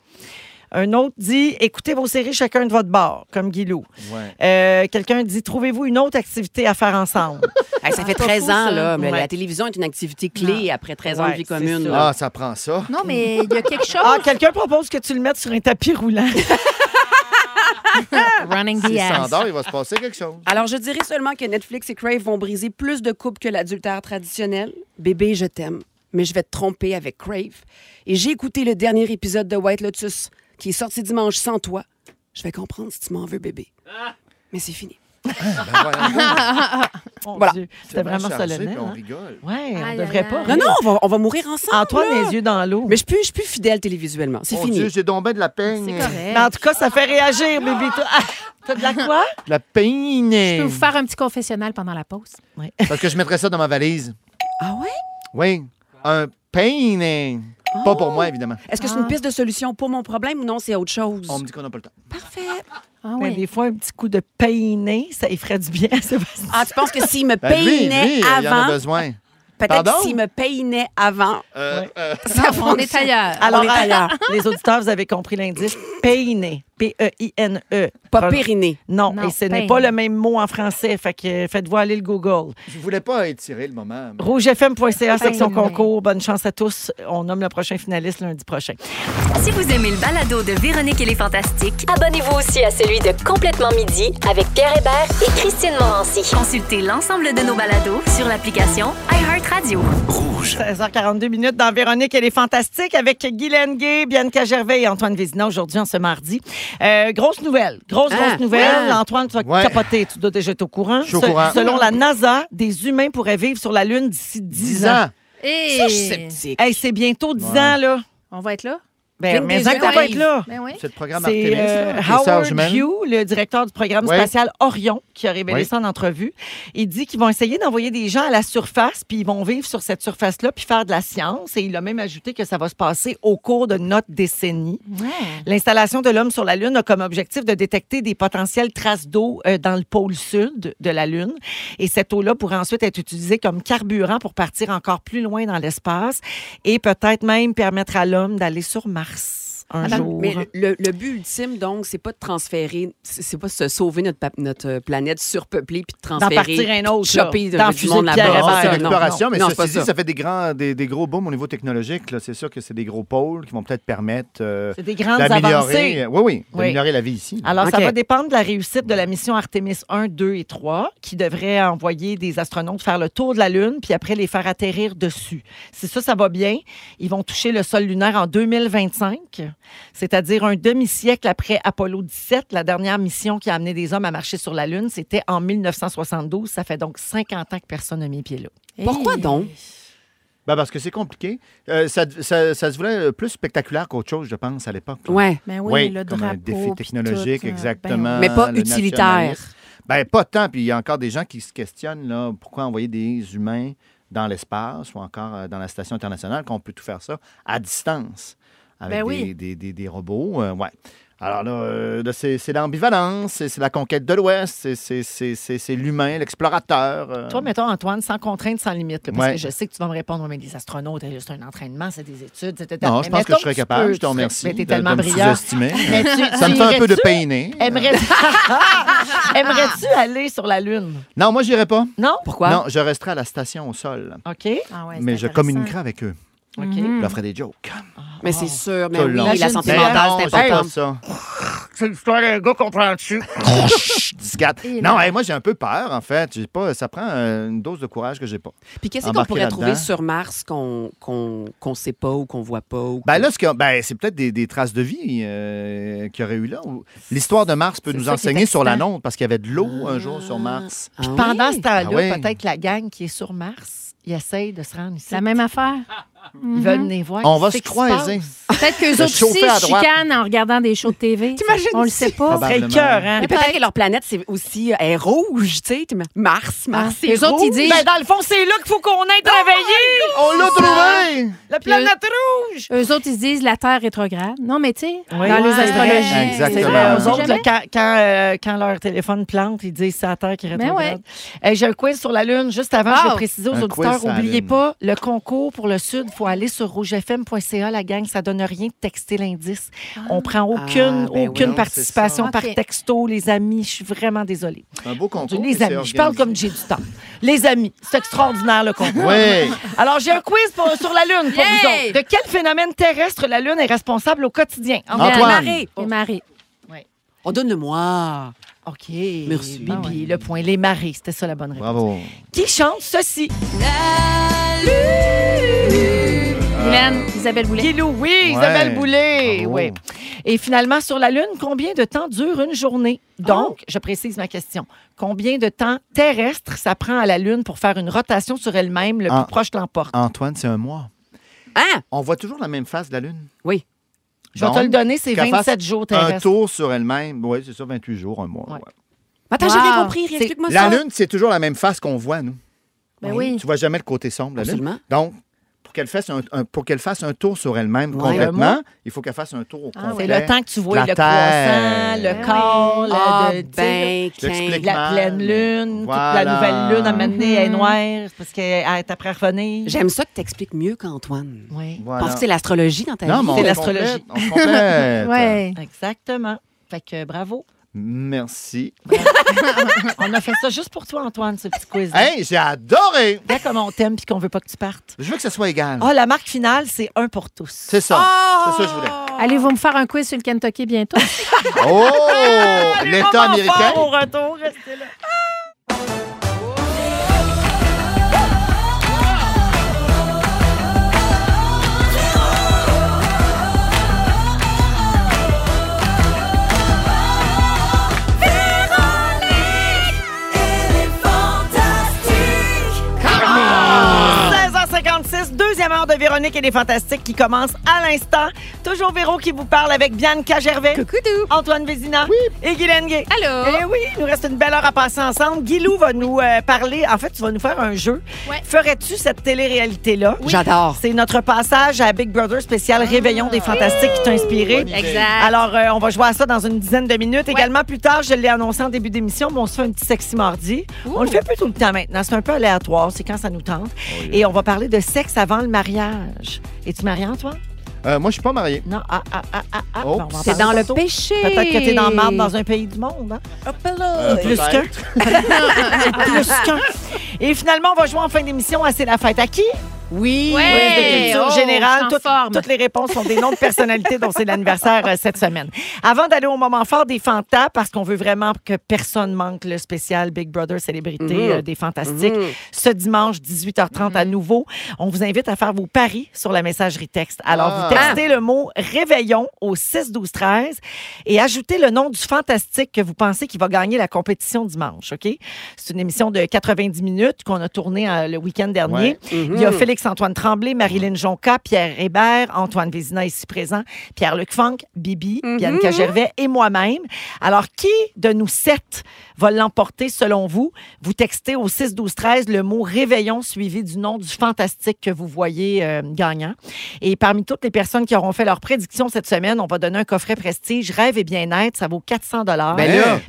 A: Un autre dit Écoutez vos séries chacun de votre bord, comme Guilou.
C: Ouais.
A: Euh, Quelqu'un dit Trouvez-vous une autre activité à faire ensemble.
B: Hey, ça fait
E: pas
B: 13
E: fou,
B: ans,
E: ça.
B: là. Mais
A: Ouais.
B: la télévision est une activité clé après 13 ans
A: Ouais,
B: de vie
A: c'est
B: commune.
A: ça.
B: là.
C: Ah, ça prend ça.
E: Non, mais il y a quelque chose.
A: ah, quelqu'un propose que tu le mettes sur un tapis roulant.
E: Running the
C: S'il
E: ass.
C: s'endort, il va se passer quelque chose.
B: Alors, je dirais seulement que Netflix et Crave vont briser plus de couples que l'adultère traditionnel. Bébé, je t'aime, mais je vais te tromper avec Crave. Et j'ai écouté le dernier épisode de White Lotus, qui est sorti dimanche sans toi. Je vais comprendre si tu m'en veux, bébé. Mais c'est fini.
C: Ben, voilà.
A: Mon
B: Voilà.
A: Dieu, C'était vraiment
C: chargé, puis
A: solennel.
C: On
A: hein?
C: rigole.
A: Ouais, on
E: Aïe,
A: devrait
E: aïe,
A: pas.
E: aïe.
B: Non, non, on va, on va mourir ensemble.
A: Antoine,
B: là.
A: les yeux dans l'eau.
B: Mais je suis plus, je suis plus fidèle télévisuellement. C'est
C: Mon
B: fini.
C: Dieu, j'ai tombé de la peine.
E: C'est
A: Mais
E: correct.
A: en tout cas, ça fait réagir, Bibi. Toi- Ah, T'as de la quoi?
C: La peine.
E: Je peux vous faire un petit confessionnal pendant la pause.
C: Parce que je mettrais ça dans ma valise.
B: Ah ouais?
C: Oui. Un peine. Pas pour moi, évidemment.
B: Est-ce que c'est une piste de solution pour mon problème ou non, c'est autre chose?
C: Ah. On me dit qu'on n'a pas le temps.
B: Parfait.
E: Ah
A: Mais
E: oui.
A: Ben, des fois, un petit coup de peiné, ça effraie du bien à Sébastien.
B: Ah, tu penses que s'il me
C: Ben, lui, lui,
B: peinait
C: il en a
B: avant,
C: besoin.
B: peut-être
C: Pardon?
B: s'il me peinait avant,
C: Euh, euh,
B: ça
E: On est ailleurs.
A: Alors,
B: On est ailleurs.
A: les auditeurs, vous avez compris l'indice. Peiné. P-E-I-N-E.
B: Pas
A: Pronon-
B: périnée.
A: Non,
E: Non,
A: et ce n'est
E: peiné.
A: pas le même mot en français. Fait que euh, faites-vous aller le Google.
C: je voulais pas étirer le moment. mais-
A: Rougefm.ca, section
E: Peiné.
A: concours. Bonne chance à tous. On nomme le prochain finaliste lundi prochain.
G: Si vous aimez le balado de Véronique et les Fantastiques,
I: Abonnez-vous aussi à celui de Complètement Midi avec Pierre Hébert et Christine Morancy.
G: consultez l'ensemble de nos balados sur l'application iHeartRadio.
A: 16h42 minutes dans Véronique et les Fantastiques avec Guylaine Gay, Bianca Gervais et Antoine Vézina aujourd'hui en ce mardi. Euh, grosse nouvelle, grosse,
B: Ah,
A: grosse nouvelle.
B: ouais.
A: Antoine, tu vas
C: Ouais.
A: capoter, tu dois déjà être au courant.
C: Je suis au courant.
A: Selon la NASA, des humains pourraient vivre sur la Lune d'ici 10 ans.
E: Et...
B: Ça, je suis sceptique.
A: Hey, c'est bientôt 10
C: Ouais.
A: ans, là.
E: Eh, On va être là?
A: Ben,
B: Une
A: mais
B: des
A: ça va
B: oreilles.
A: être là.
E: Ben oui.
C: C'est le programme Artemis,
A: C'est euh,
C: là, les sœurs
A: Howard
C: jumelles.
A: Hughes, le directeur du programme
C: Ouais.
A: spatial Orion, qui a révélé
C: Ouais.
A: ça en entrevue. Il dit qu'ils vont essayer d'envoyer des gens à la surface, puis ils vont vivre sur cette surface-là, puis faire de la science. Et il a même ajouté que ça va se passer au cours de notre décennie. L'installation de l'homme sur la Lune a comme objectif de détecter des potentielles traces d'eau euh, dans le pôle sud de la Lune. Et cette eau-là pourrait ensuite être utilisée comme carburant pour partir encore plus loin dans l'espace et peut-être même permettre à l'homme d'aller sur Mars. un
B: Madame,
A: jour.
B: Mais le, le but ultime, donc, c'est pas de transférer, c'est c'est pas de se sauver notre, pa- notre euh, planète surpeuplée puis de
A: D'en
B: transférer.
A: partir un autre. là.
B: Choper de-
A: Dans
B: du
A: fusée
B: monde
A: de
B: là-bas.
A: Pierre
B: Ah,
C: c'est
A: Hébert.
C: une
B: non,
C: exploration,
B: non.
C: mais
B: Non, c'est
C: ceci
B: pas
C: dit,
B: ça.
C: ça fait des, grands, des, des gros booms au niveau technologique. là. C'est sûr que c'est des gros pôles qui vont peut-être permettre euh,
A: C'est des grandes avancées.
C: d'améliorer oui, oui, d'améliorer la vie ici.
A: Alors, ça
B: OK.
A: va dépendre de la réussite de la mission Artemis 1, 2 et 3, qui devrait envoyer des astronautes faire le tour de la Lune, puis après les faire atterrir dessus. Si ça, ça va bien, ils vont toucher le sol lunaire en 2025, c'est-à-dire un demi-siècle après Apollo 17. La dernière mission qui a amené des hommes à marcher sur la Lune, c'était en 1972. Ça fait donc 50 ans que personne n'a mis les pieds là.
E: Eh,
B: Pourquoi
E: Hey.
B: donc?
C: Ben, parce que c'est compliqué. Euh, ça, ça- ça se voulait euh, plus spectaculaire qu'autre chose, je pense, à l'époque. là.
B: Ouais.
E: Ben oui,
C: Oui,
E: le
C: comme
E: drapeau,
C: un défi
E: puis
C: technologique,
E: tout, euh,
C: exactement.
B: Mais pas
C: le
B: utilitaire.
C: nationalisme. Ben, pas tant. Puis il y a encore des gens qui se questionnent là, pourquoi envoyer des humains dans l'espace ou encore euh, dans la station internationale, qu'on peut tout faire ça à distance avec
E: Ben
C: des,
E: oui.
C: des- des- des robots. euh, ouais. Alors là, euh, là, c'est c'est l'ambivalence, c'est c'est la conquête de l'Ouest, c'est- c'est- c'est c'est- c'est l'humain, l'explorateur. euh.
A: Toi, mettons, Antoine, sans contrainte, sans limite, là, parce
C: Ouais.
A: que je sais que tu vas me répondre, Ouais, mais les astronautes, euh, c'est juste un entraînement, c'est des études, etc.
C: non,
A: Mais
C: je pense que
A: mettons
C: je serais capable.
A: tu
C: je te
A: peux, tu
C: remercie.
A: serais- mais t'es
C: de-
A: tellement
C: de me
A: brillant.
C: sous-estimer.
A: Mais tu-
C: Ça me
A: tu
C: fait un peu de
A: irais-tu?
C: peiner.
A: Aimerais-tu Aimerais-tu aller sur la Lune?
C: Non, moi, j'irai pas.
A: Non?
B: Pourquoi?
C: Non, je resterai à la station au sol.
A: OK.
E: Ah ouais, c'est
C: mais je
E: intéressant.
C: communiquerai avec eux.
A: OK.
C: Je leur ferai des jokes.
B: Mais c'est sûr, mais
C: Tout
B: oui,
C: le long.
B: la
A: Imagine
B: santé
A: bien.
B: mentale, c'est
C: c'est pas
B: important.
C: ça.
A: C'est l'histoire d'un gars, comprends-tu?
C: Discate. Non, hey, moi, j'ai un peu peur, en fait. J'ai pas, ça prend euh, une dose de courage que j'ai pas.
B: Puis qu'est-ce qu'on
C: Embarquer
B: pourrait trouver
C: là-dedans.
B: sur Mars qu'on qu'on qu'on sait pas ou qu'on voit pas? Ou
C: Ben là, ce que- ben, c'est peut-être des, des traces de vie euh, qu'il y aurait eu là. ou- L'histoire de Mars peut
E: C'est
C: nous
E: ça qui est
C: enseigner sur la
E: excitant.
C: nôtre, parce qu'il y avait de l'eau un jour sur Mars.
B: Ah oui?
A: Pendant ce temps-là,
C: Ah oui.
A: peut-être que la gang qui est sur Mars, ils essayent de se rendre ici.
E: C'est la même affaire.
A: Ils veulent venir voir.
C: On va
A: qu'est-ce
C: se
A: qui
C: croiser.
A: passe.
E: Peut-être qu'eux
C: Se
E: autres aussi
C: chauffer à
E: se
C: droite.
E: chicanent en regardant des shows de TV.
B: T'imagines
E: On le
B: si-
E: sait pas.
C: Ah ben,
A: C'est le cœur, hein?
B: Mais peut-être que leur planète, c'est aussi euh, est rouge, tu sais. tu- Mars,
A: Ah.
B: Mars, c'est
E: Les autres,
B: rouge.
E: ils disent.
A: Ben, dans le fond, c'est là qu'il faut qu'on aille travailler.
C: On l'a trouvé! euh,
A: La planète rouge!
E: Eux autres, ils se disent la Terre rétrograde. Non, mais tu sais,
A: Oui.
E: dans les
A: Ouais.
E: astrologies.
C: Exactement.
A: C'est
E: on
A: vrai,
E: sait
A: eux autres, là,
E: jamais.
A: quand, quand, euh, quand leur téléphone plante, ils disent c'est à terre qui rétrograde. Hey, J'ai un quiz sur la Lune. Juste avant, je vais
E: Ben Wow.
A: préciser aux
C: Un quiz
A: auditeurs,
C: sur la
A: n'oubliez
C: Lune.
A: pas, le concours pour le Sud, il faut aller sur rougefm.ca, la gang, ça donne rien de texter l'indice. On prend
B: Ah,
A: aucune,
B: ben oui,
A: aucune
C: non,
A: participation
E: c'est ça.
A: par
E: Ah. OK.
A: texto, les amis. Je suis vraiment désolée.
C: Un beau concours.
A: les amis, je parle comme j'ai du temps. Les amis, c'est extraordinaire le concours.
C: Oui.
A: Alors, j'ai un quiz pour- sur la Lune pour vous autres. De quel phénomène terrestre la Lune est responsable au quotidien?
C: Antoine.
E: Les marées. Les marées.
B: On donne le moi.
A: OK.
B: Merci.
A: Bibi,
C: Bah
A: le point. Les marées, c'était ça la bonne réponse.
C: Bravo.
A: Qui chante ceci?
E: Guylaine, Isabelle Boulay.
A: Guilou, oui, Isabelle Boulay.
C: Bravo.
A: Oui. Et finalement, sur la Lune, combien de temps dure une journée? Donc,
C: Oh.
A: je précise ma question. Combien de temps terrestre ça prend à la Lune pour faire une rotation sur elle-même? Le
C: Ah.
A: plus proche l'emporte.
C: Antoine, c'est un mois.
B: Hein?
C: On voit toujours la même face de la Lune.
B: Oui.
A: Je vais
C: Donc,
A: te le donner, c'est
C: qu'elle
A: 27
C: fasse
A: jours
C: Un
A: terrestres.
C: tour sur elle-même. Oui, c'est ça, 28 jours, un mois.
A: Ouais.
C: ouais.
B: Attends, j'ai rien
E: Wow.
B: compris.
A: C'est-
B: Explique-moi ça.
C: La Lune, c'est toujours la même face qu'on voit, nous.
E: Ben oui.
C: Tu vois jamais le côté sombre de la Lune.
B: Absolument.
C: Donc, pour qu'elle fasse un, un- pour qu'elle fasse un tour sur elle-même
B: Ouais.
A: Un
C: complètement, il faut qu'elle fasse un tour au
E: Ah,
C: complet.
A: C'est le temps que tu vois
C: La
A: le
C: Terre.
A: croissant, le
E: Ben
A: corps, le-
B: Ah,
A: le- tu sais,
B: ben,
C: Je t'explique.
B: quinze.
A: la
C: mal.
A: pleine lune, toute la
C: Voilà.
A: nouvelle lune, à un moment donné, elle est
E: Mhm.
A: noire c'est parce qu'elle elle est après revenir.
B: Mm-hmm. J'aime ça que t'expliques mieux qu'Antoine.
A: Oui,
C: Voilà.
B: Pense que c'est l'astrologie dans ta
C: Non,
B: vie.
C: mais on
A: c'est
C: se
A: l'astrologie.
C: complète, On se complète.
E: Ouais.
A: exactement. Fait que bravo.
C: Merci.
A: On a fait ça juste pour toi, Antoine, ce petit quiz.
C: Hey, j'ai adoré.
A: Regarde comme on t'aime puis qu'on veut pas que tu partes.
C: Je veux que ça soit égal.
A: Ah, la marque finale, c'est un pour tous.
C: C'est ça. C'est ça que je voulais.
E: Allez-vous me faire un quiz sur le Kentucky bientôt?
C: Oh, l'État américain.
A: Au retour, restez là. Ah! 16h56, deuxième heure de Véronique et les Fantastiques qui commence à l'instant. Toujours Véro qui vous parle avec Bianca Gervais. Antoine Vézina et Guylaine Gay.
E: Allô?
A: Eh oui, il nous reste une belle heure à passer ensemble. Guilou va nous euh, parler. En fait, tu vas nous faire un jeu.
E: Ouais.
A: Ferais-tu cette télé-réalité-là?
B: J'adore.
A: C'est notre passage à Big Brother spécial
E: Ah.
A: Réveillon des Fantastiques qui t'a inspiré.
E: Exact.
A: Alors, euh, on va jouer à ça dans une dizaine de minutes. Également, plus tard, je l'ai annoncé en début d'émission, mais on se fait un petit sexy mardi. On le fait plus tout le temps maintenant. C'est un peu aléatoire. C'est quand ça nous tente. Et on va parler de sexe avant le mariage. Es-tu marié, Antoine?
C: Euh, moi, je suis pas marié.
A: Non, ah, ah, ah, ah, ah.
C: Oh.
A: on va en
B: C'est
A: parler
B: dans le
A: tantôt.
B: péché.
A: Peut-être que t'es dans marde dans un pays du monde. Hein?
C: Euh,
A: Plus
C: peut-être.
A: qu'un. Plus qu'un. Et finalement, on va jouer en fin d'émission à C'est la fête à qui?
B: Oui.
E: Ouais.
A: Quiz de culture
E: Oh,
A: générale.
E: je suis en
A: Toutes-
E: forme.
A: toutes les réponses sont des noms de personnalités dont c'est l'anniversaire euh, cette semaine. Avant d'aller au moment fort des Fantas, parce qu'on veut vraiment que personne manque le spécial Big Brother Célébrité
C: Mm-hmm.
A: euh, des Fantastiques, ce dimanche, 18h30 à nouveau, on vous invite à faire vos paris sur la messagerie texte. Alors,
C: Ah.
A: vous textez le mot réveillon au 6-12-13 et ajoutez le nom du fantastique que vous pensez qui va gagner la compétition dimanche. OK? C'est une émission de 90 minutes qu'on a tournée euh, le week-end dernier.
C: Ouais.
A: Il y a Félix-Antoine Tremblay, Marilyn Jonca, Pierre Hébert, Antoine Vézina ici présent, Pierre-Luc Funk, Bibi, Bianca Gervais et moi-même. Alors, qui de nous sept va l'emporter selon vous? Vous textez au 6-12-13 le mot réveillon suivi du nom du fantastique que vous voyez euh, gagnant. Et parmi toutes les personnes qui auront fait leurs prédictions cette semaine, on va donner un coffret prestige Rêve et bien-être. Ça vaut 400
C: Ben là.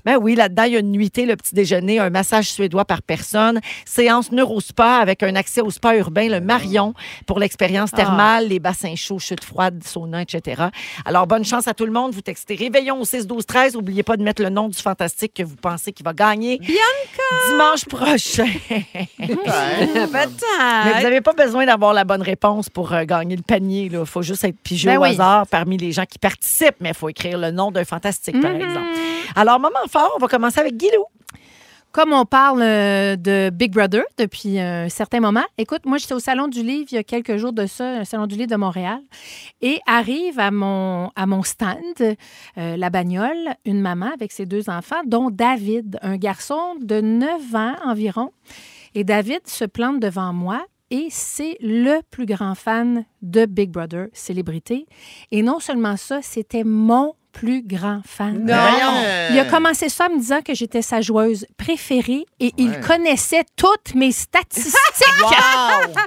A: ben oui, là-dedans, il y a une nuitée, le petit déjeuner, un massage suédois par personne, séance neurospa avec un accès au spa urbain, le Marion, pour l'expérience thermale, les bassins chauds, chutes froides, sauna, etc. Alors, bonne chance à tout le monde. Vous textez Réveillon au 6 12 13 N'oubliez pas de mettre le nom du fantastique que vous pensez qui va gagner. Bianca! Dimanche prochain.
C: Ouais.
A: Mais vous
B: Peut-être.
A: n'avez pas besoin d'avoir la bonne réponse pour euh, gagner le panier. Il faut juste être pigé
E: Ben
A: au
E: oui.
A: hasard parmi les gens qui participent, mais il faut écrire le nom d'un fantastique, par exemple. Alors, moment fort, on va commencer avec Guilou.
E: Comme on parle euh, de Big Brother depuis un certain moment, écoute, moi, j'étais au Salon du Livre il y a quelques jours de ça, un Salon du Livre de Montréal, et arrive à mon, à mon stand, euh, la bagnole, une maman avec ses deux enfants, dont David, un garçon de 9 ans environ. Et David se plante devant moi. Et c'est le plus grand fan de Big Brother, célébrité. Et non seulement ça, c'était mon plus grand fan. Il a commencé ça en me disant que j'étais sa joueuse préférée et il connaissait toutes mes statistiques.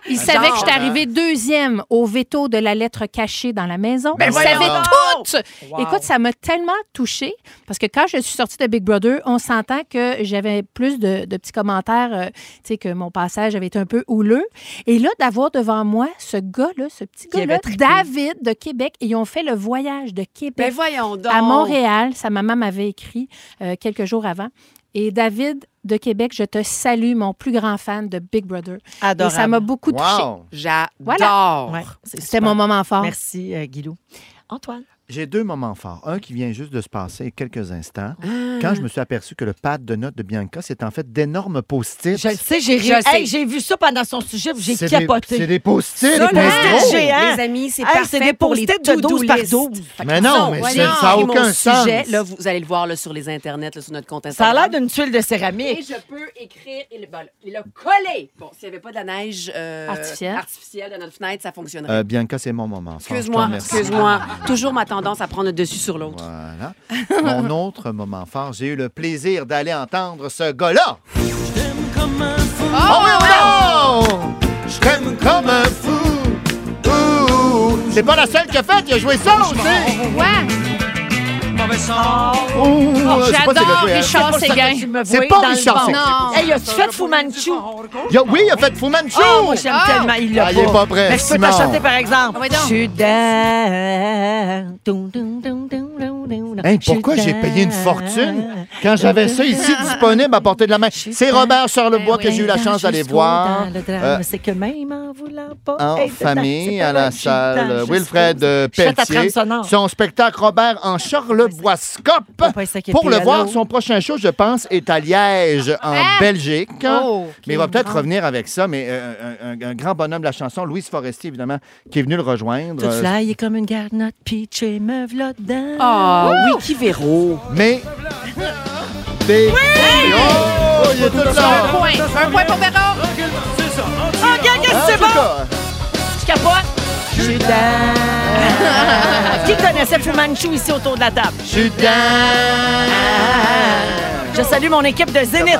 E: Il savait que j'étais
A: euh,
E: arrivée deuxième au veto de la lettre cachée dans la maison.
A: Ben
E: il savait toutes. Écoute, ça m'a tellement touchée parce que quand je suis sortie de Big Brother, on s'entend que j'avais plus de, de petits commentaires, euh, tu sais, que mon passage avait été un peu houleux. Et là, d'avoir devant moi ce gars-là, ce petit
A: Qui
E: gars-là,
A: avait trippé.
E: David de Québec, et ils ont fait le voyage de Québec
B: Ben voyons donc.
E: à Montréal. Sa maman m'avait écrit euh, quelques jours avant. Et David de Québec, je te salue, mon plus grand fan de Big Brother. Et
A: Adorable.
E: ça m'a beaucoup touchée.
C: Wow.
B: J'adore.
A: Ouais, c'est
E: C'était
A: super.
E: mon moment fort.
A: Merci, euh, Guilou. Antoine.
C: J'ai deux moments forts. Un qui vient juste de se passer quelques instants. Quand je me suis aperçu que le pad de notes de Bianca, c'est en fait d'énormes post-its.
A: Je le sais, j'ai ri.
B: Je sais.
A: Hey, j'ai vu ça pendant son sujet, puis j'ai
C: C'est des- C'est
A: capoté.
C: des post-its.
B: Ça,
C: des
B: là,
C: post-its gros.
A: j'ai- géant.
B: Les amis, c'est
A: Hey,
B: parfait
A: des
B: pour les
A: post-it de
B: to-do
A: 12 par
B: list.
A: 12.
C: Mais non, mais
B: Voyons.
C: c'est- ça n'a
B: Écris mon
C: aucun sens.
B: sujet, Là, vous, vous allez le voir là, sur les internets, là, sur notre compte
A: Ça a
B: Instagram.
A: l'air d'une tuile de
B: Et
A: céramique.
B: je peux écrire ben, et le, bon, et le coller. Bon, s'il n'y avait pas de la neige euh,
E: Artificielle.
B: artificielle dans notre fenêtre, ça fonctionnerait.
C: Euh, Bianca, c'est mon moment. fort.
B: excuse-moi,
C: Je te remercie.
B: excuse-moi. Toujours ma tendance à prendre le dessus sur l'autre.
C: Voilà. Mon autre moment fort, j'ai eu le plaisir d'aller entendre ce gars-là. Oh, oui, oh, non! Je t'aime comme un fou. Ouh, C'est pas la seule qui a fait, il a joué ça aussi.
E: Ouais,
C: Ouh, Oh, je sais pas si c'est
E: j'adore
C: le joué, hein.
E: Richard
A: C'est pas ça
E: Séguin.
A: que tu me
C: C'est
A: vois
C: pas
A: dans le
C: Richard
A: vent.
C: Séguin.
E: Non.
A: Hey, as-tu fait Fu Manchu?
C: Il a- oui, il a fait Fu Manchu.
A: Oh, moi, j'aime
E: Oh.
A: tellement. Il l'a
C: Ah, il est pas prêt,
A: Mais je peux te
C: Simon.
A: chanter, par exemple.
E: Ah, ouais, donc.
A: Je suis down. Dun, dun, dun, dun, dun, dun, dun.
C: Hey,
A: Je suis
C: pourquoi j'ai payé une
A: down.
C: fortune quand j'avais ça ici disponible à portée de la main? C'est Robert
A: Ben
C: Charlebois que j'ai eu la chance d'aller voir.
A: Le drame,
C: Euh,
A: c'est que même en voulant pas
C: en
A: être dedans, c'est
C: famille
A: pas
C: à la
A: vrai, je suis dedans,
C: salle
A: je
C: euh,
A: suis
C: Wilfred euh,
A: Je fais ta trame
C: Pelletier.
A: sonore.
C: Son spectacle Robert en Charlebois-Scope.
A: Faut pas essayer
C: Pour le
A: piano.
C: voir, son prochain show, je pense, est à Liège, en Belgique.
E: Ah! Oh,
C: mais il va
E: ok,
C: peut-être
E: bon.
C: revenir avec ça. Mais euh, un, un- un grand bonhomme de la chanson, Louise Forestier, évidemment, qui est venu le rejoindre.
A: Tout
C: Euh,
A: cela, il est comme une garnotte, pitchée, me v'là dedans.
B: Ah, oui, qui Véro.
C: mais. Des- Oh, il est tout là!
E: un point. Un point pour Véron.
A: Ah, regarde,
C: En
A: qu'est-ce que c'est
C: tout
A: bon?
C: cas,
A: Je capote. Je suis dedans. Qui connaissait Fu Manchu ici autour de la table?
C: Je suis dedans.
A: Ah. Je salue mon équipe de Zénith,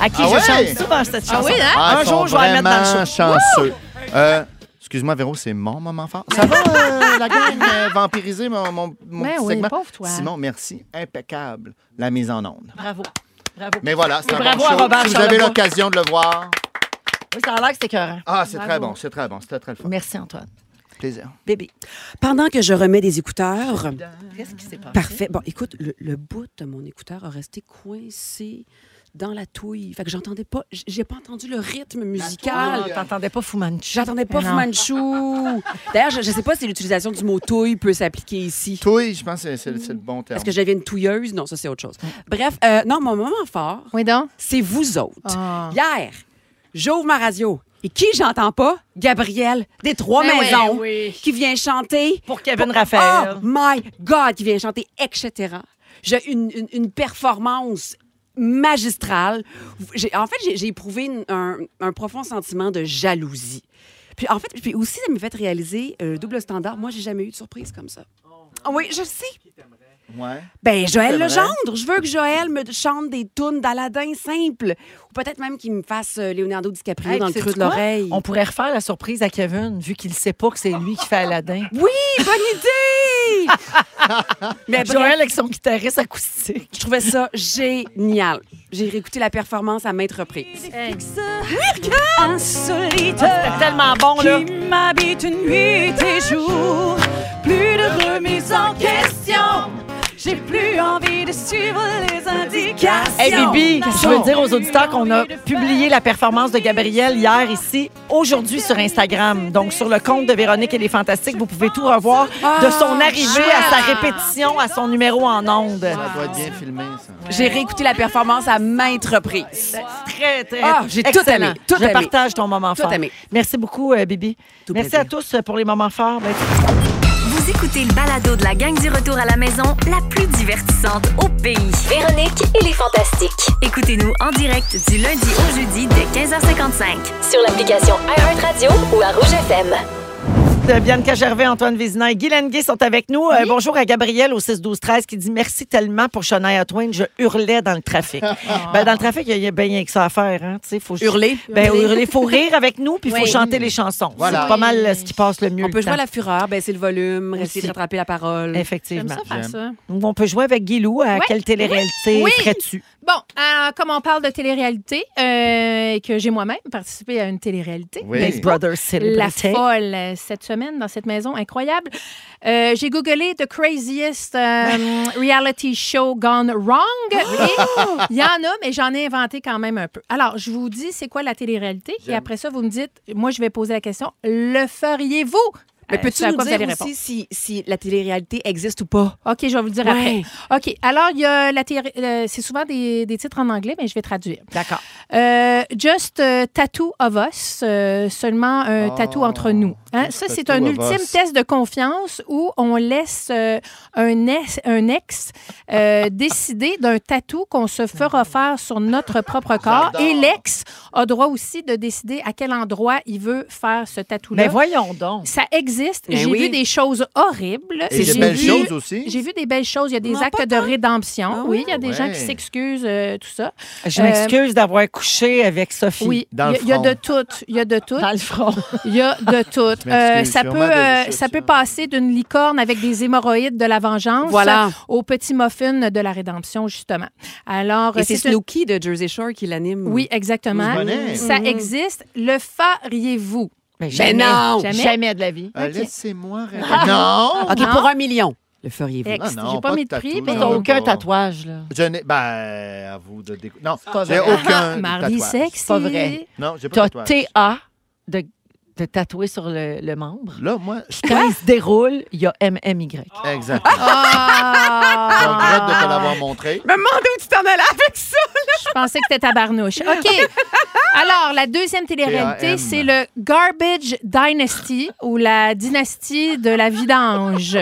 A: à qui
C: Ah
A: je
C: ouais?
A: chante souvent cette chanson.
E: oui, hein?
C: Ah,
A: Un
C: ils
A: jour,
C: sont
A: je vais la mettre dans
C: vraiment
A: le show.
C: chanceux. Euh, Excuse-moi, Véro, c'est mon moment fort. Ça va, euh, la gang euh, vampiriser mon, mon, mon
E: Ben
C: petit
E: oui,
C: segment?
E: pauvre toi.
C: Simon, merci. Impeccable, la mise en onde.
A: Bravo. Bravo.
C: Mais voilà, c'est
A: Et
C: un
A: bravo
C: bon
A: à
C: show.
A: Robert
C: si vous avez
A: Charlebois.
C: l'occasion de le voir.
A: Oui, ça a l'air que c'est écœurant.
C: Ah, c'est très bon, c'est très bon, c'était très le fun.
A: Merci, Antoine.
C: Plaisir.
A: Bébé,
B: Pendant que je remets des écouteurs,
A: qu'est-ce qui s'est passé?
B: parfait. Bon, écoute, le, le bout de mon écouteur a resté coincé dans la touille. Fait que j'entendais pas, j- j'ai pas entendu le rythme musical.
A: Ah, T'entendais pas Fumanchi.
B: J'entendais pas Fu
E: Non.
B: Manchu. D'ailleurs, je, je sais pas si l'utilisation du mot touille peut s'appliquer ici.
C: Touille, je pense que c'est- c'est c'est le bon terme.
B: Est-ce que j'avais une touilleuse? Non, ça, c'est autre
E: Mm.
B: chose. Bref, euh, non, mon moment fort,
E: Oui, donc.
B: c'est vous autres.
E: Ah.
B: Hier, j'ouvre ma radio. Et qui j'entends pas? Gabriel, des Trois
E: Ben ouais,
B: Maisons,
E: oui.
B: qui vient chanter.
A: Pour Kevin Raphaël.
B: Oh my God, qui vient chanter, etc. J'ai une, une- une performance magistrale. J'ai- En fait, j'ai- j'ai éprouvé une- un, un profond sentiment de jalousie. Puis en fait, puis aussi, ça m'a fait réaliser euh, double standard. Moi, j'ai jamais eu de surprise comme ça. Ah oui, je sais.
C: Ouais.
B: Ben, Joël
C: C'est vrai.
B: Legendre. Je veux que Joël me chante des tunes d'Aladin simples. Ou peut-être même qu'il me fasse euh, Leonardo DiCaprio
A: Hey,
B: dans le
A: sais-tu
B: creux de
A: quoi?
B: l'oreille.
A: On pourrait refaire la surprise à Kevin, vu qu'il sait pas que c'est lui qui fait Aladdin.
B: Oui, bonne idée! Mais bref,
A: Joël avec son guitariste acoustique.
B: je trouvais ça génial. J'ai réécouté la performance à maintes reprises.
D: Insolite
A: C'était tellement bon, là.
D: qui m'habite nuit et jour. Plus de remise en question. J'ai plus envie de suivre les indications.
A: Hey Bibi, je veux dire aux auditeurs qu'on a publié la performance de Gabriel hier ici, aujourd'hui sur Instagram. Donc sur le compte de Véronique et les Fantastiques, vous pouvez tout revoir
B: Ah,
A: de son arrivée à sa répétition, à son numéro en onde.
B: Ah,
C: Ça doit être bien filmé, ça.
B: J'ai réécouté la performance à maintes reprises.
A: Très, très.
B: Ah, j'ai tout
A: excellent.
B: aimé, tout
A: je
B: aimé.
A: partage ton moment
B: Tout
A: fort.
B: aimé.
A: Merci beaucoup, euh, Bibi.
B: Tout
A: Merci
B: plaisir.
A: à tous euh, pour les moments forts. Ben,
G: Vous écoutez le balado de la gang du retour à la maison, la plus divertissante au pays.
I: Véronique et les Fantastiques.
G: Écoutez-nous en direct du lundi au jeudi dès 15h55.
I: Sur l'application iHeartRadio ou à Rouge FM.
A: Euh, Bianca Gervais, Antoine Vézina et Guy Lenguet sont avec nous. Euh, bonjour à Gabriel au 6-12-13 qui dit merci tellement pour Shania Twain. Je hurlais dans le trafic. Ben, dans le trafic, il y a bien rien que ça à faire. Hein, tu sais, faut
B: Hurler.
A: Ben, hurler. faut rire avec nous puis il faut
B: Oui.
A: chanter les chansons.
C: Voilà.
A: C'est pas mal euh, ce qui passe le mieux.
B: On peut
A: le
B: jouer à
A: temps.
B: la fureur, baisser le volume, essayer de
A: Aussi.
B: rattraper la parole.
E: J'aime
A: Effectivement.
E: ça faire
C: J'aime.
E: ça.
A: Donc, On peut jouer avec Guilou. À
E: Ouais.
A: quelle télé-réalité
E: Oui.
A: ferais-tu?
E: Bon, euh, comme on parle de télé-réalité, euh, et que j'ai moi-même participé à une télé-réalité,
C: Oui.
E: n'est-ce
A: Big
E: pas?
A: Brother
E: La
A: Celebrity.
E: folle euh, cette semaine dans cette maison incroyable. Euh, J'ai googlé The Craziest euh, Reality Show Gone Wrong. Et Il y en a, mais j'en ai inventé quand même un peu. Alors, je vous dis, c'est quoi la télé-réalité? Et après ça, vous me dites, moi, je vais poser la question, le feriez-vous?
B: Mais
E: Euh,
B: peux-tu
E: c'est à
B: nous
E: quoi vous allez
B: dire
E: répondre.
B: aussi si, si la télé-réalité existe ou pas?
E: OK, je vais vous le dire
B: Ouais.
E: après. OK, alors, il y a la théorie- euh, c'est souvent des, des titres en anglais, mais je vais traduire.
A: D'accord.
E: Euh, just euh, Tattoo of Us, euh, seulement un
C: Oh,
E: tatou entre nous. Hein,
C: just
E: Ça, c'est
C: tattoo
E: un
C: of
E: ultime
C: us.
E: test de confiance où on laisse euh, un, es- un ex euh, décider d'un tatou qu'on se fera faire sur notre propre corps. Et
C: J'adore.
E: l'ex a droit aussi de décider à quel endroit il veut faire ce tatou-là.
A: Mais Ben, voyons donc.
E: Ça existe.
B: Ben
E: J'ai
B: oui.
E: vu des choses horribles.
C: Et
E: J'ai
C: des belles
E: vu-
C: choses aussi.
E: j'ai vu des belles choses. Il y a des
B: Non, pas
E: actes de rédemption.
B: Ah
E: oui, il y a des
C: ouais.
E: gens qui s'excusent, euh, tout ça.
A: Je
E: Euh,
A: m'excuse d'avoir couché avec Sophie.
E: Oui, il y
C: dans
E: a-
C: le
E: il y, a
C: front.
E: de tout. Il y a de tout.
A: Dans le front.
E: Il y a de tout.
C: Je m'excuse,
E: Euh, ça,
C: sûrement
E: peut,
C: de-
E: euh,
C: ça,
E: ça
C: ça.
E: peut passer d'une licorne avec des hémorroïdes de la vengeance
B: Voilà.
E: au petit muffin de la rédemption, justement. Alors,
B: Et
E: euh,
B: c'est
E: une-
B: Snooki de Jersey Shore qui l'anime.
E: Oui, exactement.
C: Douze bonnets.
E: Ça existe. Le feriez-vous?
A: Mais
B: Ben non!
E: Jamais.
A: Jamais de la vie.
C: Euh,
E: Ok.
C: Laissez-moi répondre. Non!
B: OK,
E: Non.
B: pour un million, le feriez-vous?
E: Ex,
C: non,
E: j'ai
C: pas
E: pas
C: de
E: mis de
C: tatou,
E: prix,
C: non.
E: mais
C: T'as
A: aucun
C: aucun
A: tatouage, là.
C: Je n'ai. Ben, à vous de découvrir. Non, j'ai
A: vrai.
C: aucun.
E: Marie
C: tatouage.
E: sexy.
A: C'est pas vrai.
C: Non, j'ai pas
A: T'as
C: de tatouage.
A: TA de, de tatouer sur le, le membre.
C: Là, moi,
A: Quand il se déroule, il y a MMY.
B: Ah!
C: exactement.
E: Ah!
C: Je regrette de te l'avoir montré.
B: Me demande où tu t'en allais avec ça!
E: Je pensais que t'étais tabarnouche. OK. Alors, la deuxième télé-réalité,
C: T.A.M..
E: c'est le Garbage Dynasty ou la dynastie de la vidange.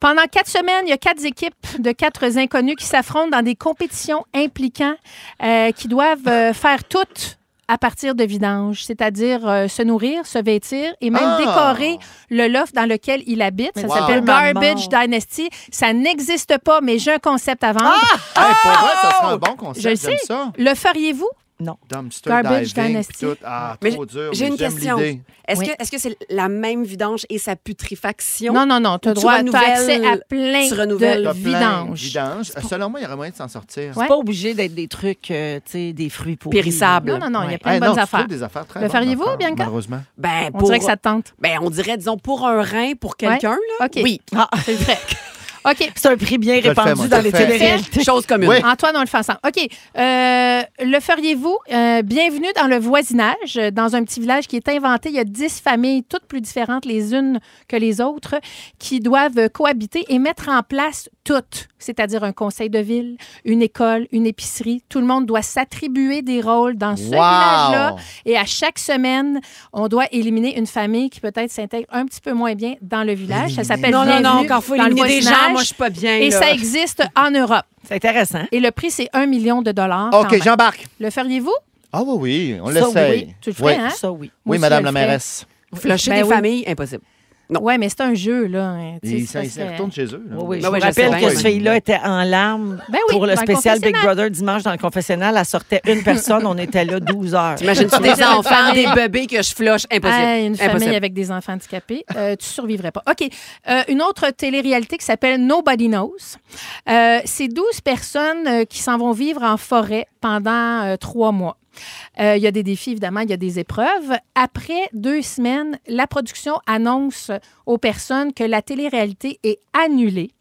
E: Pendant quatre semaines, il y a quatre équipes de quatre inconnus qui s'affrontent dans des compétitions impliquant euh, qui doivent euh, faire toutes à partir de vidange, c'est-à-dire euh, se nourrir, se vêtir et même
C: Ah!
E: décorer le loft dans lequel il habite. Ça
C: Wow.
E: s'appelle
A: Maman.
E: Garbage Dynasty. Ça n'existe pas, mais j'ai un concept à vendre.
C: Ah! Hey, pour vrai, ça serait un bon concept.
E: Ah! Je le
C: J'aime
E: sais.
C: ça.
E: Le feriez-vous?
A: Non.
C: Dumpster
E: Garbage
C: diving,
E: Dynasty.
C: puis tout. Ah,
B: Mais
C: trop dur.
B: J'ai
C: mais
B: une
C: j'aime
B: question.
C: l'idée.
B: Est-ce
E: Oui.
B: que est-ce que c'est la même vidange et sa putréfaction?
E: Non, non, non. Tu as
B: Tu
E: droit à
B: renouvelles-
E: accès à plein
B: tu renouvelles.
E: de
C: T'as plein
E: vidanges.
C: vidanges. Euh, Selon moi, il y aurait moyen de s'en sortir.
E: Ouais.
A: Pas obligé d'être des trucs, euh, tu sais, des fruits pourris.
B: Périssables.
E: Non, non, non, il y a
A: Ouais.
E: plein
C: Eh,
E: de
C: non,
E: bonnes
C: tu
E: affaires.
C: trouves des affaires très
E: Le
C: bonnes
E: feriez-vous,
C: affaires,
E: Bianca?
C: Malheureusement.
B: Ben,
E: On
B: pour-
E: dirait que ça te tente.
B: ben, on dirait, disons, pour un rein, pour quelqu'un, là.
E: OK.
B: Oui.
A: Ah,
E: C'est vrai. OK.
A: c'est un prix bien
C: Je le fais,
A: répandu
C: moi, je
A: dans
C: le
A: les
C: fais.
A: téléréalités.
B: Chose commune.
C: Oui.
E: Antoine, on le fait ensemble. OK. Euh, le feriez-vous? Euh, bienvenue dans le voisinage, euh, dans un petit village qui est inventé. Il y a 10 familles, toutes plus différentes les unes que les autres, qui doivent euh, cohabiter et mettre en place toutes, c'est-à-dire un conseil de ville, une école, une épicerie. Tout le monde doit s'attribuer des rôles dans ce village-là. Et à chaque semaine, on doit éliminer une famille qui peut-être s'intègre un petit peu moins bien dans le village. Ça s'appelle
B: Non, non, non,
E: Bienvenue
B: quand il faut
E: dans le
B: éliminer des gens,
E: voisinage.
B: moi, je suis pas bien.
E: Et
B: là.
E: ça existe en Europe.
A: C'est intéressant.
E: Et le prix, c'est 1 million de dollars. quand
C: OK,
E: même.
C: j'embarque.
E: Le feriez-vous?
C: Ah oui, oui, on
A: Ça,
C: l'essaye.
E: oui. Tu le ferais, hein?
A: Ça, oui.
E: Moi
C: Oui,
E: aussi,
C: madame
E: je
C: la
E: le ferais.
C: mairesse.
B: Flusher
E: Ben
B: des
E: oui.
B: familles, impossible. Non.
E: Ouais, mais c'est un jeu, là. hein, tu sais,
C: Ils
E: ça,
C: ils- ils
E: c'est-
C: retournent chez eux. là.
A: Oui, oui, je
B: Ben oui,
A: vous
B: je
A: rappelle
B: sais
A: que
B: bien.
A: cette fille-là était en larmes
E: Ben oui,
A: pour le
E: dans le
A: spécial Big
E: confessionnal.
A: Brother dimanche dans le confessionnal. Elle sortait une personne, on était là 12 heures.
B: T'imagines-tu
E: Dans
B: des
E: une
B: enfants,
E: famille.
B: des bébés que je flush? Impossible.
E: Ah, une famille
B: Impossible.
E: avec des enfants handicapés, euh, tu survivrais pas. OK. Euh, une autre télé-réalité qui s'appelle Nobody Knows. Euh, c'est 12 personnes euh, qui s'en vont vivre en forêt pendant euh, trois mois. Euh, Il y a des défis, évidemment, il y a des épreuves. Après deux semaines, la production annonce aux personnes que la télé-réalité est annulée,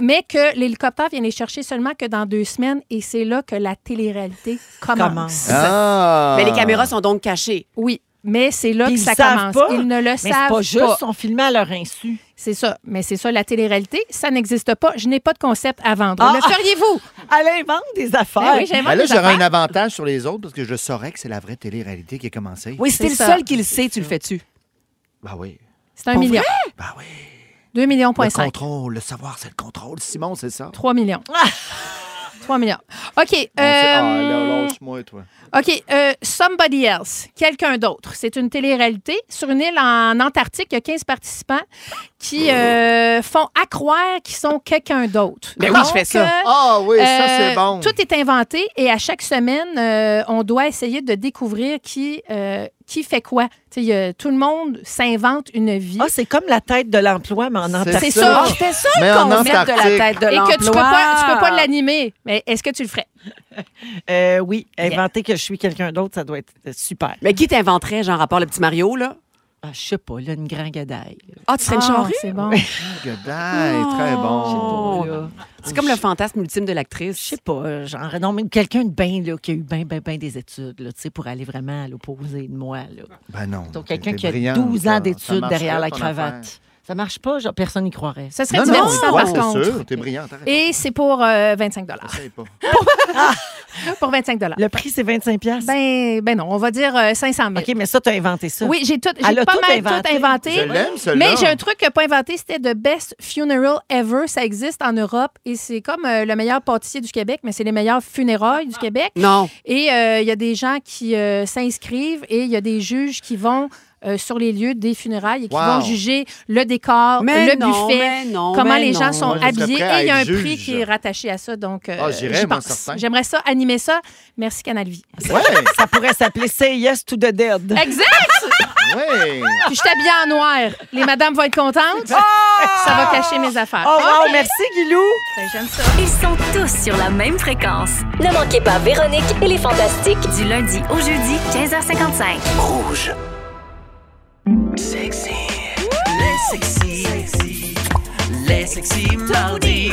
E: mais que l'hélicoptère vient les chercher seulement que dans deux semaines, et c'est là que la télé-réalité commence.
A: Commence.
C: Ah!
B: Mais les caméras sont donc cachées.
E: Oui, mais c'est là
A: Puis
E: que
A: ils
E: ça
A: savent
E: commence.
A: pas.
E: Ils ne le
A: Mais c'est
E: savent
A: pas juste, on filmait à leur insu.
E: C'est ça. Mais c'est ça, la télé-réalité, ça n'existe pas. Je n'ai pas de concept à vendre.
A: Ah!
E: Le feriez-vous?
A: Elle invente des affaires.
E: Ben oui, j'invente
C: Ben là,
E: des
C: j'aurais
E: affaires.
C: un avantage sur les autres parce que je saurais que c'est la vraie télé-réalité qui a commencé.
B: Oui, si t'es
E: C'est
B: le
E: ça.
B: seul qui le sait, tu le fais-tu?
C: Ben oui.
E: C'est un
B: Pour
E: million.
C: Ben oui.
E: 2 millions, point
C: Le
E: 5.
C: contrôle, le savoir, c'est le contrôle. Simon, c'est ça.
E: 3 millions.
B: Ah.
E: 3 millions. OK.
C: On sait- Ah, là,
E: euh,
C: lâche-moi, toi.
E: OK. euh, somebody else. Quelqu'un d'autre. C'est une télé-réalité. Sur une île en Antarctique, il y a 15 participants qui euh, font accroire qu'ils sont quelqu'un d'autre.
B: Ben oui, je
E: Donc,
B: fais ça.
E: euh,
C: Ah oui, ça, c'est
E: Euh,
C: bon.
E: Tout est inventé et à chaque semaine, euh, on doit essayer de découvrir qui, euh, qui fait quoi. Tu sais, il y a- tout le monde s'invente une vie.
A: Ah, c'est comme la tête de l'emploi, mais en Antarctique.
E: c'est ça.
C: ça.
B: C'était ça
C: Mais
B: le
C: en
B: concept de la
C: Antarctique.
B: tête de
E: et
B: l'emploi.
E: que tu peux pas, tu peux pas l'animer. Mais est-ce que tu le ferais?
A: Euh, oui, inventer que je suis quelqu'un d'autre, ça doit être euh, super.
B: Mais qui t'inventerait, genre, à part le petit Mario, là?
A: Ah, je sais pas, là, une grande gadaille.
B: Ah, tu serais
E: Ah,
B: une charrue?
E: C'est bon.
C: Godaille, très bon.
B: Oh. C'est comme le fantasme ultime de
A: Je
B: l'actrice.
A: sais pas, euh, genre, non, mais quelqu'un de bien, là, qui a eu bien, bien, bien des études, là, tu sais, pour aller vraiment à l'opposé de moi, là.
C: Ben non.
A: Donc,
C: t'es-
A: quelqu'un
C: t'es
A: qui a
C: brillante,
A: 12
C: ça-
A: ans
C: ça
A: d'études
C: marcherait,
A: derrière la
C: ton affaire.
A: cravate. Ça marche pas, genre, personne n'y croirait.
E: Ce serait
C: Non, non,
E: divertissant,
C: ouais,
E: par
C: c'est
E: contre.
C: sûr, t'es brillante. arrête.
E: Et c'est pour euh, 25
C: Essaye pas.
E: Pour 25
A: Le prix, c'est 25 pièces.
E: ben, ben non, on va dire euh, 500 000.
A: OK, mais ça, t'as inventé ça.
E: Oui, j'ai tout, j'ai
A: Elle a
E: pas
A: tout
E: mal
A: inventé.
E: tout inventé.
C: Je l'aime, celui-là.
E: Mais j'ai un truc que pas inventé, c'était The Best Funeral Ever. Ça existe en Europe et c'est comme euh, le meilleur pâtissier du Québec, mais c'est les meilleurs funérailles du Québec.
B: Non.
E: Et euh, il y a des gens qui euh, s'inscrivent et il y a des juges qui vont euh, sur les lieux des funérailles et qui
C: Wow.
E: vont juger le décor,
B: Mais
E: le
B: non,
E: buffet.
B: mais non,
E: Comment
B: mais
E: les gens
B: non.
E: sont
C: Moi, je serais
E: habillés
C: prêt à
E: et il y a
C: être
E: un
C: juge.
E: prix qui est rattaché à ça. Donc, euh,
C: Ah, j'irais,
E: j'y
C: moi,
E: pense.
C: certain.
E: J'aimerais ça, animer ça. Merci, Canal Vie.
C: Ouais,
A: Ça pourrait s'appeler Say Yes to the Dead.
E: Exact!
C: ouais.
E: Puis je t'habille en noir. Les madames vont être contentes. Ça va cacher mes affaires.
A: Oh, wow, merci, Guilou.
E: Ben, J'aime ça.
G: Ils sont tous sur la même fréquence.
I: Ne manquez pas Véronique et les Fantastiques.
G: Du lundi au jeudi, 15h55.
J: Les sexy mardis.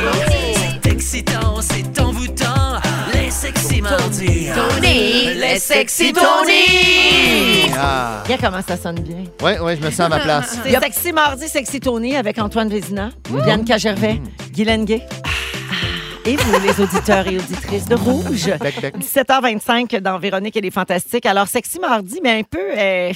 J: C'est excitant, c'est envoûtant. Les sexy mardis. Les sexy Tony.
C: Ah.
A: Regarde comment ça sonne bien.
C: Ouais, ouais, je me sens à ma place.
A: C'est Sexy Mardi, Sexy Tony avec Antoine Vézina, Bianca Gervais, Guylaine Gay. Et vous, les auditeurs et auditrices de Rouge.
C: Bec, bec.
A: 17h25 dans Véronique et les Fantastiques. Alors, sexy mardi, mais un peu, euh,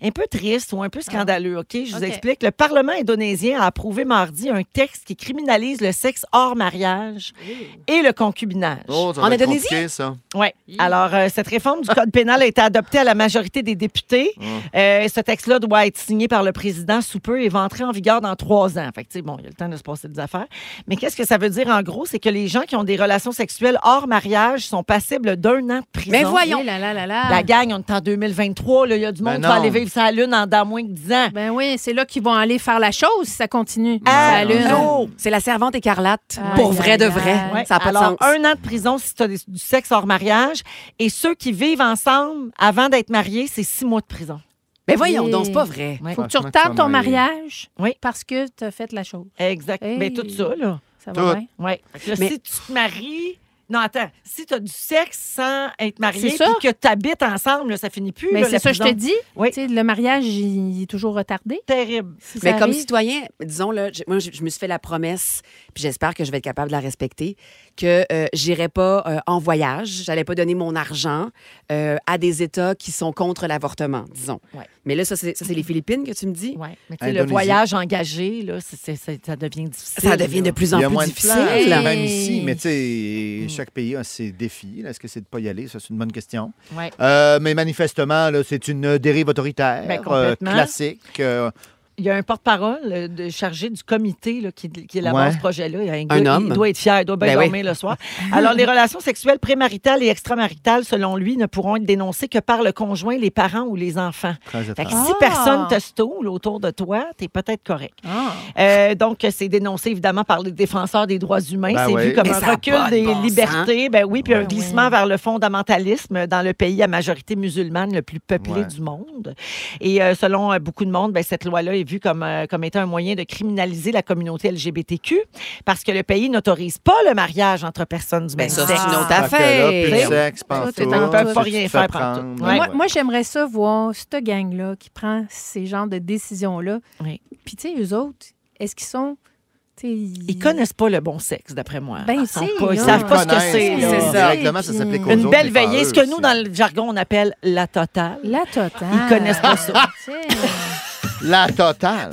A: un peu triste ou un peu scandaleux, OK? Je
E: OK.
A: vous explique. Le Parlement indonésien a approuvé mardi un texte qui criminalise le sexe hors mariage et le concubinage.
C: Oh, ça
B: En
C: va être
B: Indonésie?
C: compliqué, ça.
A: Oui. Alors, euh, cette réforme du Code pénal a été adoptée à la majorité des députés.
B: Mm.
A: Euh, ce texte-là doit être signé par le président sous peu et va entrer en vigueur dans trois ans. Fait que, tu sais, bon, il y a le temps de se passer des affaires. Mais qu'est-ce que ça veut dire en gros? C'est que les les gens qui ont des relations sexuelles hors mariage sont passibles d'un an de prison.
B: Mais voyons.
E: Eh là, là, là, là.
A: La gang, on est en 2023. là. Il y a du monde
C: Ben
A: qui va
C: non.
A: aller vivre sa lune en dans moins de 10 ans.
E: Ben oui, c'est là qu'ils vont aller faire la chose si ça continue. la
A: Ah,
E: lune.
A: non.
B: C'est la servante écarlate.
E: Aïe,
B: pour vrai
E: aïe,
B: de vrai.
E: aïe.
A: Ouais.
B: Ben, Ça n'a pas
A: Alors,
B: de sens.
A: un an de prison si tu as du sexe hors mariage. Et ceux qui vivent ensemble avant d'être mariés, c'est six mois de prison.
B: Mais voyons
E: Et-
B: donc, c'est pas vrai.
A: Ouais.
E: Faut que tu
C: Franchement,
E: retardes ton
C: ça m'a-
E: mariage
A: Oui.
E: parce que tu as fait la chose.
A: Exact.
E: Hey.
A: Ben, tout ça, là.
E: Ça
C: Tout.
E: va bien?
A: Ouais. Là,
B: Mais-
A: Si tu te maries. Non, attends. Si tu as du sexe sans être marié
E: C'est
A: puis
E: ça.
A: que tu habites ensemble, là, ça finit plus.
E: Mais
A: là, la
E: c'est ça, je te
A: prison.
E: dis.
A: Oui.
E: Tu sais, Le mariage, il il est toujours retardé.
A: Terrible.
E: si ça
B: Mais comme
E: arrive.
B: citoyen, disons, là, j- moi, j- je me suis fait la promesse, puis j'espère que je vais être capable de la respecter, que euh, j'irai pas euh, en voyage, j'allais pas donner mon argent euh, à des États qui sont contre l'avortement, disons.
A: Ouais.
B: Mais là, ça, c'est ça, c'est les Philippines que tu me dis?
A: Ouais. Mais tu sais, le
C: Indonésie.
A: voyage engagé, là, c'est- c'est- c'est- ça devient difficile.
B: Ça devient de
A: là.
B: plus
C: Il
B: en
C: y a
B: plus
C: moins de
B: difficile.
E: place.
C: Même ici, mais tu sais, chaque pays a ses défis. Est-ce que c'est de ne pas y aller? Ça, c'est une bonne question.
A: Ouais.
C: Euh, mais manifestement, là, c'est une dérive autoritaire
A: Ben, complètement.
C: classique. euh,
A: Il y a un porte-parole euh, de- chargé du comité là, qui, qui élabore
C: Ouais.
A: ce projet-là. Il y a un,
B: Un
A: gars,
B: homme.
A: Il doit être fier, il doit bien
B: Ben oui.
A: dormir le soir. Alors, les relations sexuelles prémaritales et extramaritales, selon lui, ne pourront être dénoncées que par le conjoint, les parents ou les enfants.
C: très
A: Fait que
C: étrange.
A: si
E: Ah.
A: personne te stoule autour de toi, t'es peut-être correct.
E: Ah.
A: Euh, donc, c'est dénoncé évidemment par les défenseurs des droits humains.
C: Ben
A: c'est
C: oui.
A: vu comme
B: Mais
A: un
B: ça a
A: recul
B: pas de
A: des
B: bon sens.
A: libertés, ben oui, puis un
E: Ouais,
A: glissement
E: ouais.
A: vers le fondamentalisme dans le pays à majorité musulmane le plus peuplé
C: Ouais.
A: du monde. Et euh, selon euh, beaucoup de monde, ben, cette loi-là est vue comme, euh, comme étant un moyen de criminaliser la communauté LGBTQ parce que le pays n'autorise pas le mariage entre personnes du
B: Ben,
A: même
B: ça,
A: sexe.
B: c'est une autre
C: Fait que là, plus de
B: affaire.
C: sexe,
E: Tout est en-
C: pantoute,
E: peuvent pas
C: tu te
A: rien
C: fais
A: faire,
C: prendre.
A: pantoute.
C: Ouais.
E: Moi, moi, j'aimerais ça voir cette gang-là qui prend ces genres de décisions-là.
A: Oui.
E: Puis, tu sais, eux autres, est-ce qu'ils sont. tu sais,
A: Ils connaissent pas le bon sexe, d'après moi.
E: Ben,
A: Ils sont
E: si,
A: pas- ils
E: là.
A: savent pas ce que
C: Connaissent, là.
A: c'est. là.
B: C'est ça.
C: euh, Directement, ça s'applique aux
A: Une
C: autres,
A: belle
C: mais pas
A: veillée,
C: eux
A: ce que nous,
C: aussi.
A: dans le jargon, on appelle la totale.
E: La totale.
A: Ils connaissent pas ça.
E: Tu sais,
C: La totale.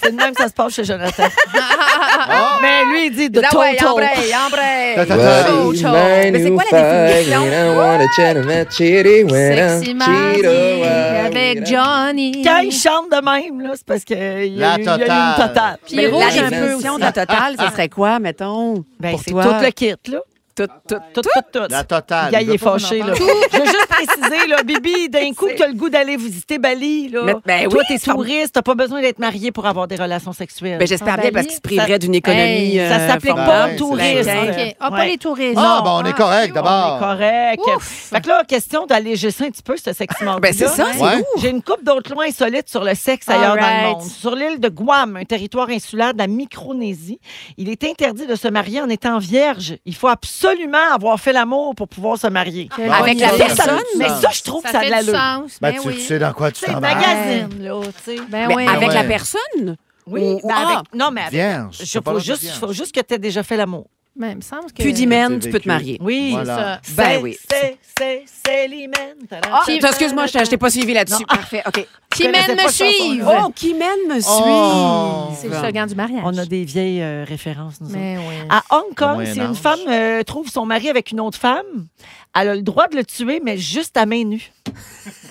A: C'est de même que ça se passe chez Jonathan.
C: Ah!
A: Mais lui, il dit de
B: Ah ouais,
A: total.
B: embraye, embraye.
C: Ta- ta- ta-
B: Wow.
H: Well,
B: Autre
H: he's
B: chose.
H: mine
B: Mais c'est
H: who
B: quoi la
H: fight
B: définition?
H: when I wanna chat him at chitty when I
E: Sexy Mardi
H: cheat oh, I
E: avec
H: will I-
E: Johnny.
A: Quand il chante de même, là, c'est parce qu'il y, a eu- il y a
C: La
A: eu une
C: totale.
A: totale.
E: Puis
B: Mais
E: il
B: la
E: rouge un peu.
B: définition de la totale, ce serait quoi, mettons,
A: Ben,
B: pour
A: c'est tout
B: toi?
A: le kit, là.
B: Tout, tout.
A: Tout, tout, tout.
C: La totale.
A: Gars, il
C: Le
A: est
C: gars, pas
A: fâché,
C: qu'on
A: là.
C: entende.
A: Je veux juste préciser, là, Bibi, d'un coup, t'as le goût d'aller visiter Bali, là.
B: Mais- ben
A: Toi,
B: oui,
A: t'es
B: ça-
A: touriste, t'as pas besoin d'être marié pour avoir des relations sexuelles.
B: Ben, J'espère bien parce qu'il se priverait
A: Ça-
B: d'une économie.
E: Hey,
A: ça
B: euh,
A: s'applique
B: formidable.
A: pas
C: ben,
A: aux
C: c'est
A: touristes.
B: vrai.
E: OK. Ah, pas
A: Ouais.
E: les touristes.
C: Ah, ben, on est correct,
A: On est
C: d'abord.
A: Oh, correct.
E: Ouf.
A: Fait que là, question d'alléger ça un petit peu, ce sexe mordu.
B: Ben, c'est ça, c'est
C: Ouais.
B: lourd.
A: J'ai une coupe d'autres lois insolites sur le sexe ailleurs dans le
E: Alright.
A: monde. Sur l'île de Guam, un territoire insulaire de la Micronésie, il est interdit de se marier en étant vierge. Il faut absolument avoir fait l'amour pour pouvoir se marier.
E: Quelle
C: Avec
E: bonne
C: la
E: idée.
C: personne.
A: Mais ça, je trouve que ça a
E: fait
A: de la
E: du sens. Ben
C: Ben, tu, tu
E: oui.
C: sais dans quoi tu
B: Ah,
A: C'est
C: t'embarques.
A: magazine, là, tu sais.
E: Ben
B: Mais
E: oui.
B: avec
C: Ouais.
B: la personne?
A: Oui,
B: Ou-
A: mais
B: ah,
A: avec- non, mais avec-
C: Vierge.
A: je-
C: T'as pas
A: faut
C: le droit de
A: juste,
C: vierge.
A: faut juste que tu aies déjà fait l'amour.
E: Mais il me semble que.
B: Plus d'hymen,
C: J'ai
B: tu peux te
C: vécu.
B: marier.
A: Oui,
C: Voilà.
A: c'est ça.
B: Ben
A: C'est-
B: oui.
A: C'est, c'est, c'est l'hymen. Ta-da.
B: Ah,
E: Qui-
B: excuse-moi, je t'ai- je t'ai pas suivi là-dessus. Parfait, OK.
E: Qui mène
A: connaissais
E: me
A: pas cette
E: suivent.
A: chanson-là.
B: Oh, qui mène me suit.
C: Oh.
E: C'est le slogan du mariage.
A: On a des vieilles euh, références, nous autres.
E: Mais oui.
A: À Hong Kong,
C: Moyen
A: si une
C: Âge.
A: femme euh, trouve son mari avec une autre femme, elle a le droit de le tuer, mais juste à main nue.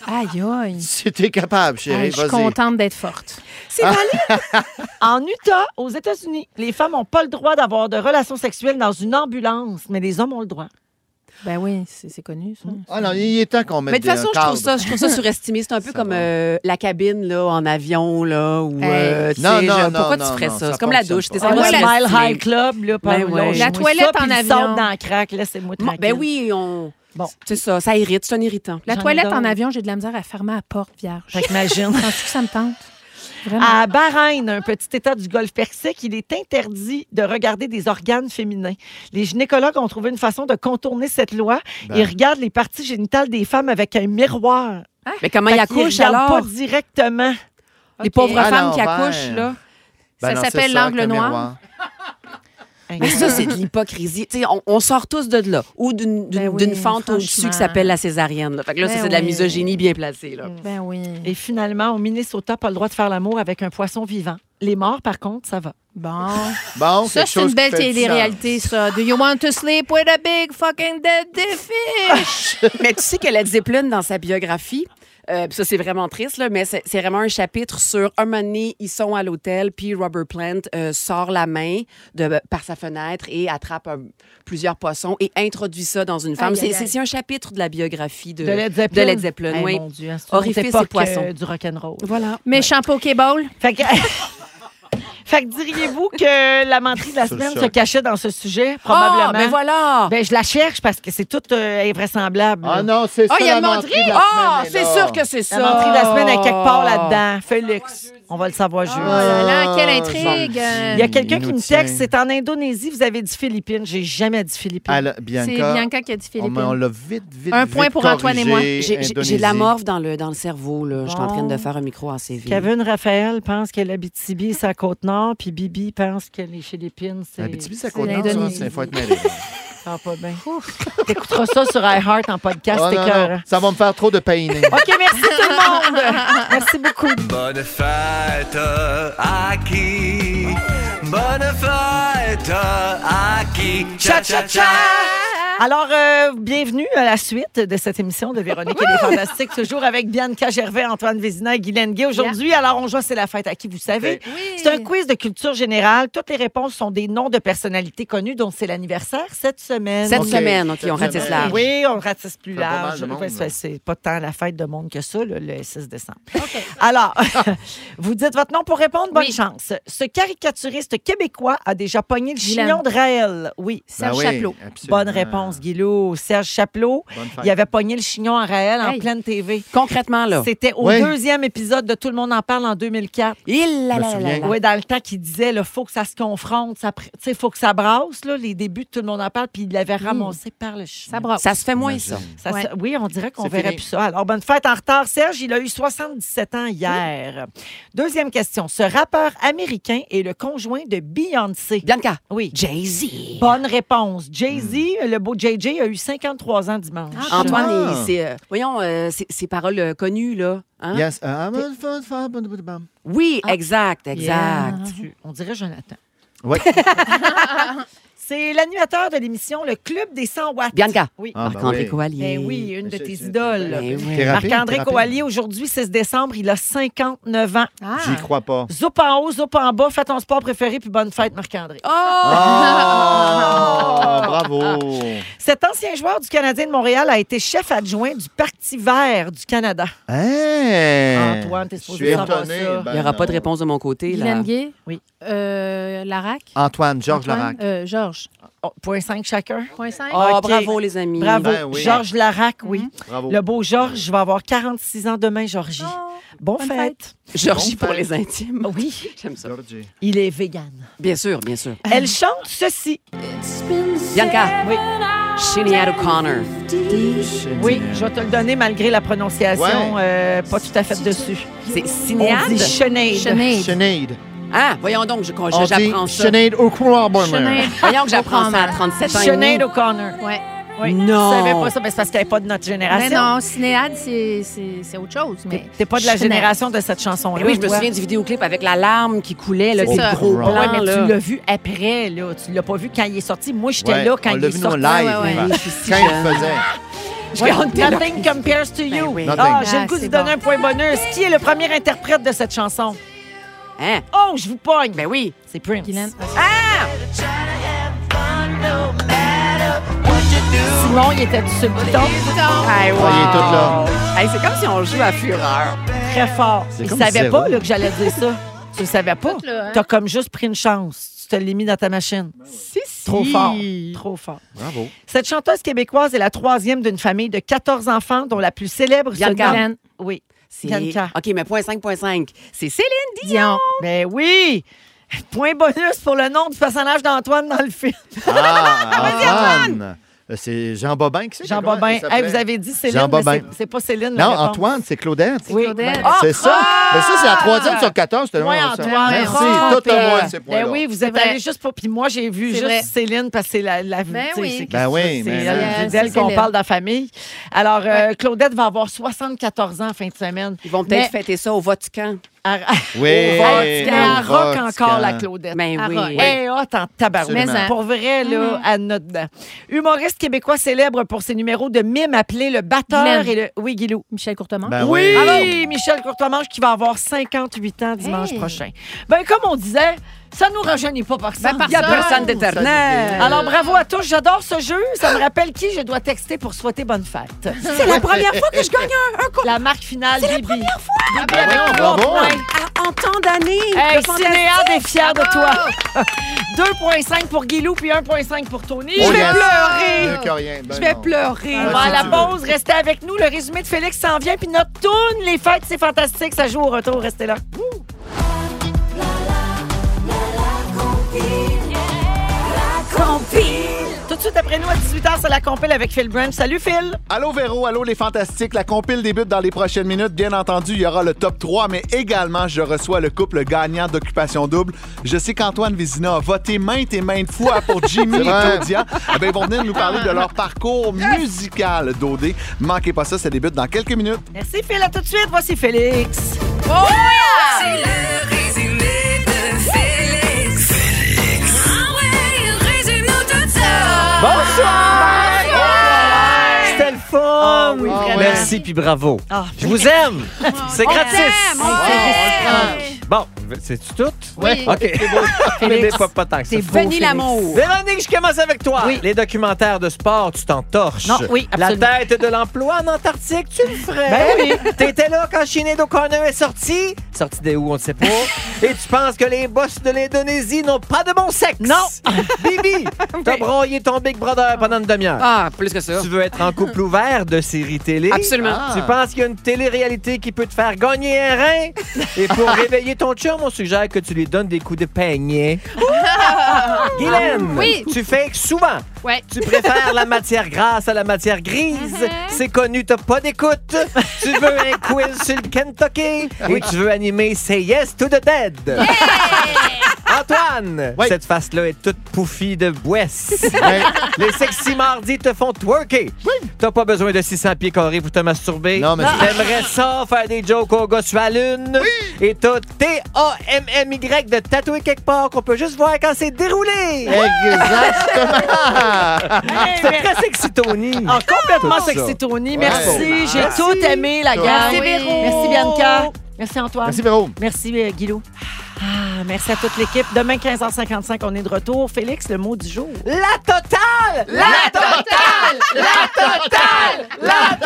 E: Aïe, aïe.
C: Si t'es capable, chérie,
E: Hey, Ah, je suis
C: vas-y.
E: contente d'être forte.
B: C'est valide.
A: En Utah, aux États-Unis, les femmes n'ont pas le droit d'avoir de relations sexuelles dans une ambulance, mais les hommes ont le droit.
E: Ben oui, c'est c'est connu, ça.
C: Ah non, il est temps qu'on mette
B: Mais de toute
C: des-
B: façon,
C: un
B: je trouve, ça,
C: cadre.
B: je trouve ça surestimé. C'est un peu
C: Ça
B: comme
C: va.
B: euh, la cabine là, en avion. Là, ou, euh,
E: Hey.
B: tu
C: Non,
B: sais,
C: non,
B: genre,
C: non,
B: pourquoi
C: non,
B: tu ferais
C: non,
B: ça?
C: ça
B: C'est comme la douche.
C: fonctionne
B: T'es
C: pas.
A: Ah,
B: moi
A: ouais,
B: la
A: le Mile High Club, là, par
B: Ben ouais.
E: La toilette en avion.
A: dans le crack, laissez-moi tranquille.
B: Ben oui, on...
A: Bon.
B: c'est ça. Ça irrite. C'est un irritant.
E: La
A: J'en ai
E: toilette en
A: d'autres.
E: avion, j'ai de la misère à fermer la porte vierge.
A: Fait qu'imagine.
E: Penses-tu que ça me tente? Vraiment.
A: À
B: Ah.
A: Bahreïn, un petit état du Golfe Persique, il est interdit de regarder des organes féminins. Les gynécologues ont trouvé une façon de contourner cette loi.
C: Ben.
A: Ils regardent les parties génitales des femmes avec un miroir.
B: Mais comment il
A: Fait qu'ils
B: accouche
A: regardent
B: alors?
A: pas directement.
B: Les pauvres
C: Ah,
B: femmes
C: non,
B: qui
C: ben.
B: accouchent, là.
C: Ben
E: Ça
C: non, c'est
E: s'appelle
C: ça,
E: l'angle
C: avec le
E: noir.
C: miroir.
B: Mais ça, c'est de l'hypocrisie. Tu sais, on, on sort tous de là. Ou d'une d'une-
E: Ben oui,
B: d'une fente au-dessus
E: franchement.
B: qui s'appelle la césarienne. Là. Fait que là, ça,
E: Ben
B: c'est de la
E: oui.
B: misogynie bien placée. Là.
E: Ben oui.
A: Et finalement, au Minnesota, pas le droit de faire l'amour avec un poisson vivant. Les morts, par contre, ça va.
E: Bon.
C: Bon,
E: Ça,
C: quelque
E: c'est
C: chose
E: une
C: qui
E: belle
C: fait du
E: télé-réalité, ça. Do you want to sleep with a big fucking dead fish?
B: Mais tu sais que Led Zeppelin, dans sa biographie, Euh, puis ça, c'est vraiment triste, là, mais c'est c'est vraiment un chapitre sur un moment donné, ils sont à l'hôtel, puis Robert Plant euh, sort la main de, par sa fenêtre et attrape un- plusieurs poissons et introduit ça dans une femme.
E: Aïe, aïe,
B: C'est- C'est
E: aïe.
B: c'est un chapitre de la biographie de,
A: De Led
B: de
A: Zeppelin.
B: Led Zeppelin,
A: Eh,
B: oui.
A: Mon Dieu, hein, c'est une
B: Orifice et
A: époque,
B: poisson.
A: euh, du rock'n'roll.
C: Ah,
B: Voilà.
E: Méchant Pokéball.
A: Fait que... Fait que diriez-vous que la menterie de la
C: Sur le
A: semaine
C: choc.
A: se cachait dans ce sujet,
B: Ah,
A: probablement?
B: ben voilà!
A: Ben, je la cherche parce que c'est tout euh, invraisemblable. là.
C: Ah non, c'est
E: Oh,
B: Ah,
C: ça.
B: il y a
C: la
B: une
C: menterie
A: Ben,
B: menterie?
C: de la semaine
B: Ah,
C: est là.
B: c'est sûr que c'est ça.
A: La menterie de la semaine est quelque part là-dedans. Félix, on va le savoir
E: Oh
A: jeudi.
E: là là, quelle
C: Ah,
E: intrigue!
A: Il y a quelqu'un qui
C: nous
A: me
C: tient.
A: texte, c'est en Indonésie, vous avez dit Philippines. J'ai jamais dit Philippines.
C: Ah, là, Bianca,
E: C'est Bianca qui a dit
C: on,
E: Philippine.
C: on l'a vite, vite,
E: Un
C: vite
E: point pour
C: corrigé,
E: Antoine et moi.
B: J'ai- J'ai j'ai de la
C: Indonésie.
B: morve dans le, dans le cerveau, là. Je suis en train de faire un micro en CV.
A: Kevin Raphaël pense que l'Abitibi, c'est à Côte-Nord, puis Bibi pense que les Philippines, c'est.
C: L'Abitibi, ça
E: c'est
C: compte non, ça,
E: l'Indonésie.
C: c'est faut être mêlé.
A: Ah, pas bien. T'écouteras ça sur iHeart en podcast,
C: Oh,
A: c'est
C: non,
A: cœur.
C: non, ça va me faire trop de Ben pain.
A: OK, merci tout le monde. Merci beaucoup.
J: Bonne fête à qui? Bonne fête à qui? Cha cha cha!
A: Alors, euh, bienvenue à la suite de cette émission de Véronique et des Fantastiques, toujours avec Bianca Gervais, Antoine Vézina et Guylaine Gay. Aujourd'hui, alors, on joue à C'est la fête à qui, vous savez. C'est un quiz de culture générale. Toutes les réponses sont des noms de personnalités connues dont c'est l'anniversaire cette semaine. Euh,
B: Cette
C: Ok.
B: semaine, OK, on
C: Cette
B: ratisse
C: semaine.
B: large.
A: Oui, on ratisse plus
C: Ça fait pas mal
A: large.
C: de monde,
A: Ouais,
C: là.
A: c'est- c'est pas tant la fête de monde que ça, là, le 6 décembre. Alors, vous dites votre nom pour répondre. Bonne
E: Oui.
A: chance. Ce caricaturiste québécois a déjà pogné le
E: Guylaine.
A: chignon de Raël. Oui.
E: Serge
C: Ben oui,
E: Chaplot.
C: absolument.
A: Bonne réponse, Guilou. Serge Chaplot,
C: Bonne fête.
A: il avait pogné le chignon à Raël en
E: Hey.
A: pleine TV.
B: Concrètement, là.
A: C'était au
C: Oui.
A: deuxième épisode de Tout le monde en parle en 2004.
B: Il la
C: Je me
B: la la la
C: souviens.
B: la.
A: Oui, dans le temps qu'il disait, il faut que ça se confronte, ça pr- tu sais, faut que ça brasse, là, les débuts de Tout le monde en parle, puis il l'avait ramassé par le chignon.
E: Mm. Ça brasse.
B: Ça se fait moins, ça.
A: Ça se-
E: Ouais.
A: Oui, on dirait qu'on
B: C'est
A: verrait
B: fini.
A: plus ça. Alors, bonne fête en retard, Serge. Il a eu 77 ans hier. Deuxième question. Ce rappeur américain est le conjoint de Beyoncé.
B: Bianca,
A: Oui.
B: Jay-Z.
A: Bonne réponse. Jay-Z,
B: Hmm.
A: le beau JJ, a eu 53 ans dimanche.
E: Ah,
B: Antoine,
C: Ah.
B: il- c'est. euh, voyons, euh, c'est- ces paroles euh, connues, là. hein?
C: Yes, uh, I'm a fun, fun, bum, bum, bum.
B: Oui,
A: Ah.
B: exact, exact.
A: Tu- On dirait Jonathan.
C: Oui.
A: C'est l'animateur de l'émission Le Club des 100 watts.
B: Bianca.
A: Oui.
C: Ah, ben
B: Marc-André
C: oui.
B: Coallier.
A: Ben oui, une de
C: C'est-
A: tes
C: c'est-
A: idoles.
B: Ben oui.
C: T'es rapide, t'es
A: Marc-André
C: rapide.
A: Coallier, aujourd'hui, 6 décembre, il a 59 ans.
E: Ah.
C: J'y crois pas.
A: Zoup en haut, zoup en bas, fais ton sport préféré, puis bonne fête, Marc-André.
C: Oh, bravo.
A: Cet ancien joueur du Canadien de Montréal a été chef adjoint du Parti vert du Canada.
C: Hein?
A: Antoine, t'es
C: Je
A: supposé
C: suis
A: savoir
C: étonné,
A: ça.
C: ben
B: Il n'y aura pas de
C: non.
B: réponse de mon côté, là.
E: Guylaine Gay.
A: Oui.
E: Euh, Larac.
C: Antoine, Georges
E: Antoine,
C: Larac. Ah,
E: euh, Georges.
A: Oh, point 5 chacun.
E: Point cinq.
B: Oh,
A: Ok.
B: bravo, les amis.
A: Bravo.
C: Ben oui.
A: Georges Larac, oui.
C: Bravo.
A: Le beau Georges va avoir 46 ans demain, Georgie.
E: Oh,
A: bon
E: bonne
A: Ah. fête.
B: Georgie
C: Bonne
B: pour
C: fête.
B: les intimes.
A: Oui,
B: J'aime ça.
C: Georgie.
A: il est vegan.
B: Bien sûr, bien sûr.
A: Elle chante ceci.
B: Bianca,
A: Oui,
B: Sinead O'Connor.
A: oui, je vais te le donner malgré la prononciation euh, pas tout à fait dessus.
B: C'est
A: On
B: Sinead?
A: dit Sinead.
E: Sinead.
C: Sinead.
B: Ah, voyons donc, je- quand
C: On
B: je- j'apprends
C: dit
B: ça.
C: Sinead O'Connor.
E: Sinead.
B: Voyons que j'apprends ça à 37 ans. et demi.
A: Sinead O'Connor.
E: Ouais.
A: Oui.
B: Non.
A: Je savais pas ça, mais c'est parce qu'elle n'est pas de notre
E: Mais
A: génération.
E: non, Cinéade, c'est c'est- c'est autre chose.
A: T'es-
E: Mais
A: T'es pas de la
E: Sinead.
A: génération de cette
B: Mais
A: chanson-là.
B: oui, je me
A: toi.
B: souviens du vidéoclip avec la larme qui coulait, là,
E: C'est
B: des
E: ça.
B: gros
C: Ouais,
A: Ouais,
B: plans,
A: mais
B: là.
A: tu l'as vu après, là. Tu l'as pas vu quand il est sorti. Moi, j'étais
C: Ouais,
A: là quand
C: on
A: il
C: l'a
A: est
C: vu nous en
A: sorti.
C: live.
E: Ouais, ouais, ouais.
C: Val.
B: Oui, je suis si
C: Quand il
B: jeune.
C: le faisait.
A: Ouais,
B: on était là.
A: nothing compares to you.
B: oui.
A: Ah,
C: Nothing.
A: j'ai
E: Ah,
A: le goût de vous
E: c'est bon.
A: donner un point bonus. Qui est le premier interprète de cette chanson?
B: Hein?
A: Oh, je vous pogne.
B: Ben oui.
A: C'est Prince.
E: Guylaine.
A: Sinon, il était sur le bouton
B: Hey, wow.
C: Ah, il est tout là.
B: Hey, c'est comme si on joue à fureur.
A: très fort. Il
C: Euh, comme
A: savait
C: zéro.
A: pas là, que j'allais dire ça. Tu le savais pas.
E: là, hein?
A: T'as comme juste pris une chance. Tu te l'as mis dans ta machine.
B: Si, si.
A: Trop fort. Trop fort.
C: Bravo.
A: Cette chanteuse québécoise est la troisième d'une famille de 14 enfants, dont la plus célèbre se
B: Bianca.
A: nomme-
E: Guylaine.
A: Oui.
B: C'est-
A: Bianca.
B: OK, mais point 5, point 5. C'est Céline Dion.
E: Dion.
A: Ben oui! Point bonus pour le nom du personnage d'Antoine dans le film.
C: Ah, Antoine. Euh, C'est Jean Bobin qui c'est?
A: Jean
C: Comment
A: Bobin.
C: il s'appelait?
A: Hey, vous avez dit Céline,
C: Jean
A: mais
C: Bobin.
A: c'est- c'est pas Céline. la
C: Non,
A: réponse.
C: Antoine, c'est Claudette.
A: Oui.
E: Claudette.
A: ben-
C: C'est ça. Mais ça, c'est la troisième sur 14. C'était
A: Point
C: vraiment ça.
A: Antoine.
C: Merci. Tout à moi, ces points-là.
A: Ben oui, vous êtes
E: C'est vrai.
A: allé juste pour. Puis moi, j'ai vu
E: C'est
A: juste
E: vrai.
A: Céline parce que c'est la, la
E: Ben
A: tu sais,
E: oui.
A: c'est-
C: Ben oui,
A: c'est
C: mais
A: elle-
C: là,
A: c'est
E: c'est
A: d'elle qu'on
E: Céline.
A: parle dans la famille. Alors, euh, Claudette va avoir 74 ans en fin de semaine.
B: Ils vont peut-être
A: Mais-
B: fêter ça au Vatican.
A: Elle,
C: Oui,
A: elle, elle
C: au
A: rock
C: Vatican.
A: encore, la Claudette.
B: Ben
A: Elle
B: oui.
A: rock. Elle est hot en tabarouette.
C: hein. Absolument.
E: Mais Mm-hmm. en-
A: Pour vrai, là, à notre dedans. Humoriste québécois célèbre pour ses numéros de mime appelés le batteur
E: Guylaine.
A: et le... Oui, Guilou.
E: Michel Courtement.
C: Ben
A: oui,
C: oui.
A: Michel Courtemanche qui va avoir 58 ans dimanche
E: Hey.
A: prochain. Ben comme on disait, ça nous rajeunit pas par ça.
B: Il n'y a personne d'éternel. Ah,
A: Alors bravo à tous, j'adore ce jeu. Ça me rappelle qui je dois texter pour souhaiter bonne fête.
B: C'est la première fois que je gagne un, un concours
A: La marque finale, Bibi. C'est la première fois.
C: Ben voyons, bravo.
B: à- en temps d'année.
A: Hey,
B: C'est fantastique.
A: Cinéade est fière de toi. 2,5 pour Guilou puis 1,5 pour Tony.
C: Oh,
B: Je vais
C: yes.
B: pleurer.
C: Mieux que rien. Ben
B: Je vais
C: non.
B: pleurer.
A: On va à la pause, restez avec nous. Le résumé de Félix s'en vient, puis notre tourne. Les fêtes, c'est fantastique. Ça joue au retour, restez là. Tout de suite après nous, à 18h, c'est la compile avec Phil Branch. Salut Phil!
K: Allô Véro, allô les fantastiques. La compile débute dans les prochaines minutes. Bien entendu, il y aura le top 3, mais également, je reçois le couple gagnant d'Occupation Double. Je sais qu'Antoine Vézina a voté maintes et maintes fois pour Jimmy et
C: C'est vrai.
K: Claudia. Eh bien, ils vont venir nous parler de leur parcours musical d'OD. Manquez pas ça, ça débute dans quelques minutes.
A: Merci Phil, à tout de suite. Voici Félix.
D: C'est le résumé de Félix. Félix. Ah ouais, résume-nous tout ça.
J: C'était le fun!
A: Ah oui, vraiment.
J: Merci puis bravo.
A: Ah,
J: Je vous aime! C'est gratis! Bon, c'est-tu tout?
E: Oui.
J: OK. Mais pas, pas tant que ça.
A: c'est beau,
B: Venez
A: Félix.
B: l'amour.
J: Véronique, je commence avec toi.
A: Oui.
J: Les documentaires de sport, tu t'entorches.
A: Non, oui,
J: La
A: absolument.
J: tête de l'emploi en Antarctique, tu le ferais.
A: Ben oui.
J: T'étais là quand Sinead O'Connor est sortie. Sortie de où, on ne sait pas. Et tu penses que les boss de l'Indonésie n'ont pas de bon sexe.
A: Non.
J: Bibi, t'as broyé ton Big Brother pendant une demi-heure.
B: Ah, plus que ça.
J: Tu veux être en couple ouvert de séries télé.
B: Absolument.
E: Ah.
J: Tu penses qu'il y a une télé-réalité qui peut te faire gagner un rein? Et pour réveiller ton chum, on suggère que tu lui donnes des coups de peigne. Guylaine,
E: Ah, Oui.
J: tu fakes souvent.
E: Ouais. Uh-huh.
J: Tu préfères la matière grasse à la matière grise. C'est connu, t'as pas d'écoute. tu veux un quiz sur le Kentucky. Et tu veux animer Say Yes to the Dead. Antoine,
C: Oui.
J: cette face-là est toute pouffie de boisse.
C: Ben,
J: Les sexy mardis te font twerker. T'as pas besoin de 600 pieds carrés pour te masturber.
C: Non, mais c'est-
J: T'aimerais ça faire des jokes aux gars sur la lune. Et t'as T-A-M-M-Y de tatouer quelque part qu'on peut juste voir quand c'est déroulé.
C: Eh Exactement.
J: C'était très sexy, Tony.
A: Ah, complètement
J: Tout ça.
A: sexy, Tony.
C: Ouais.
A: Merci. J'ai
C: Merci.
A: tout aimé, la gang.
E: Merci, Véro.
A: Merci, Bianca. Merci, Antoine.
C: Merci, Véro.
A: Merci, euh, Guilou. Ah, merci à toute l'équipe. Demain, 15h55, on est de retour. Félix, le mot du jour.
J: La totale! La totale! La totale! La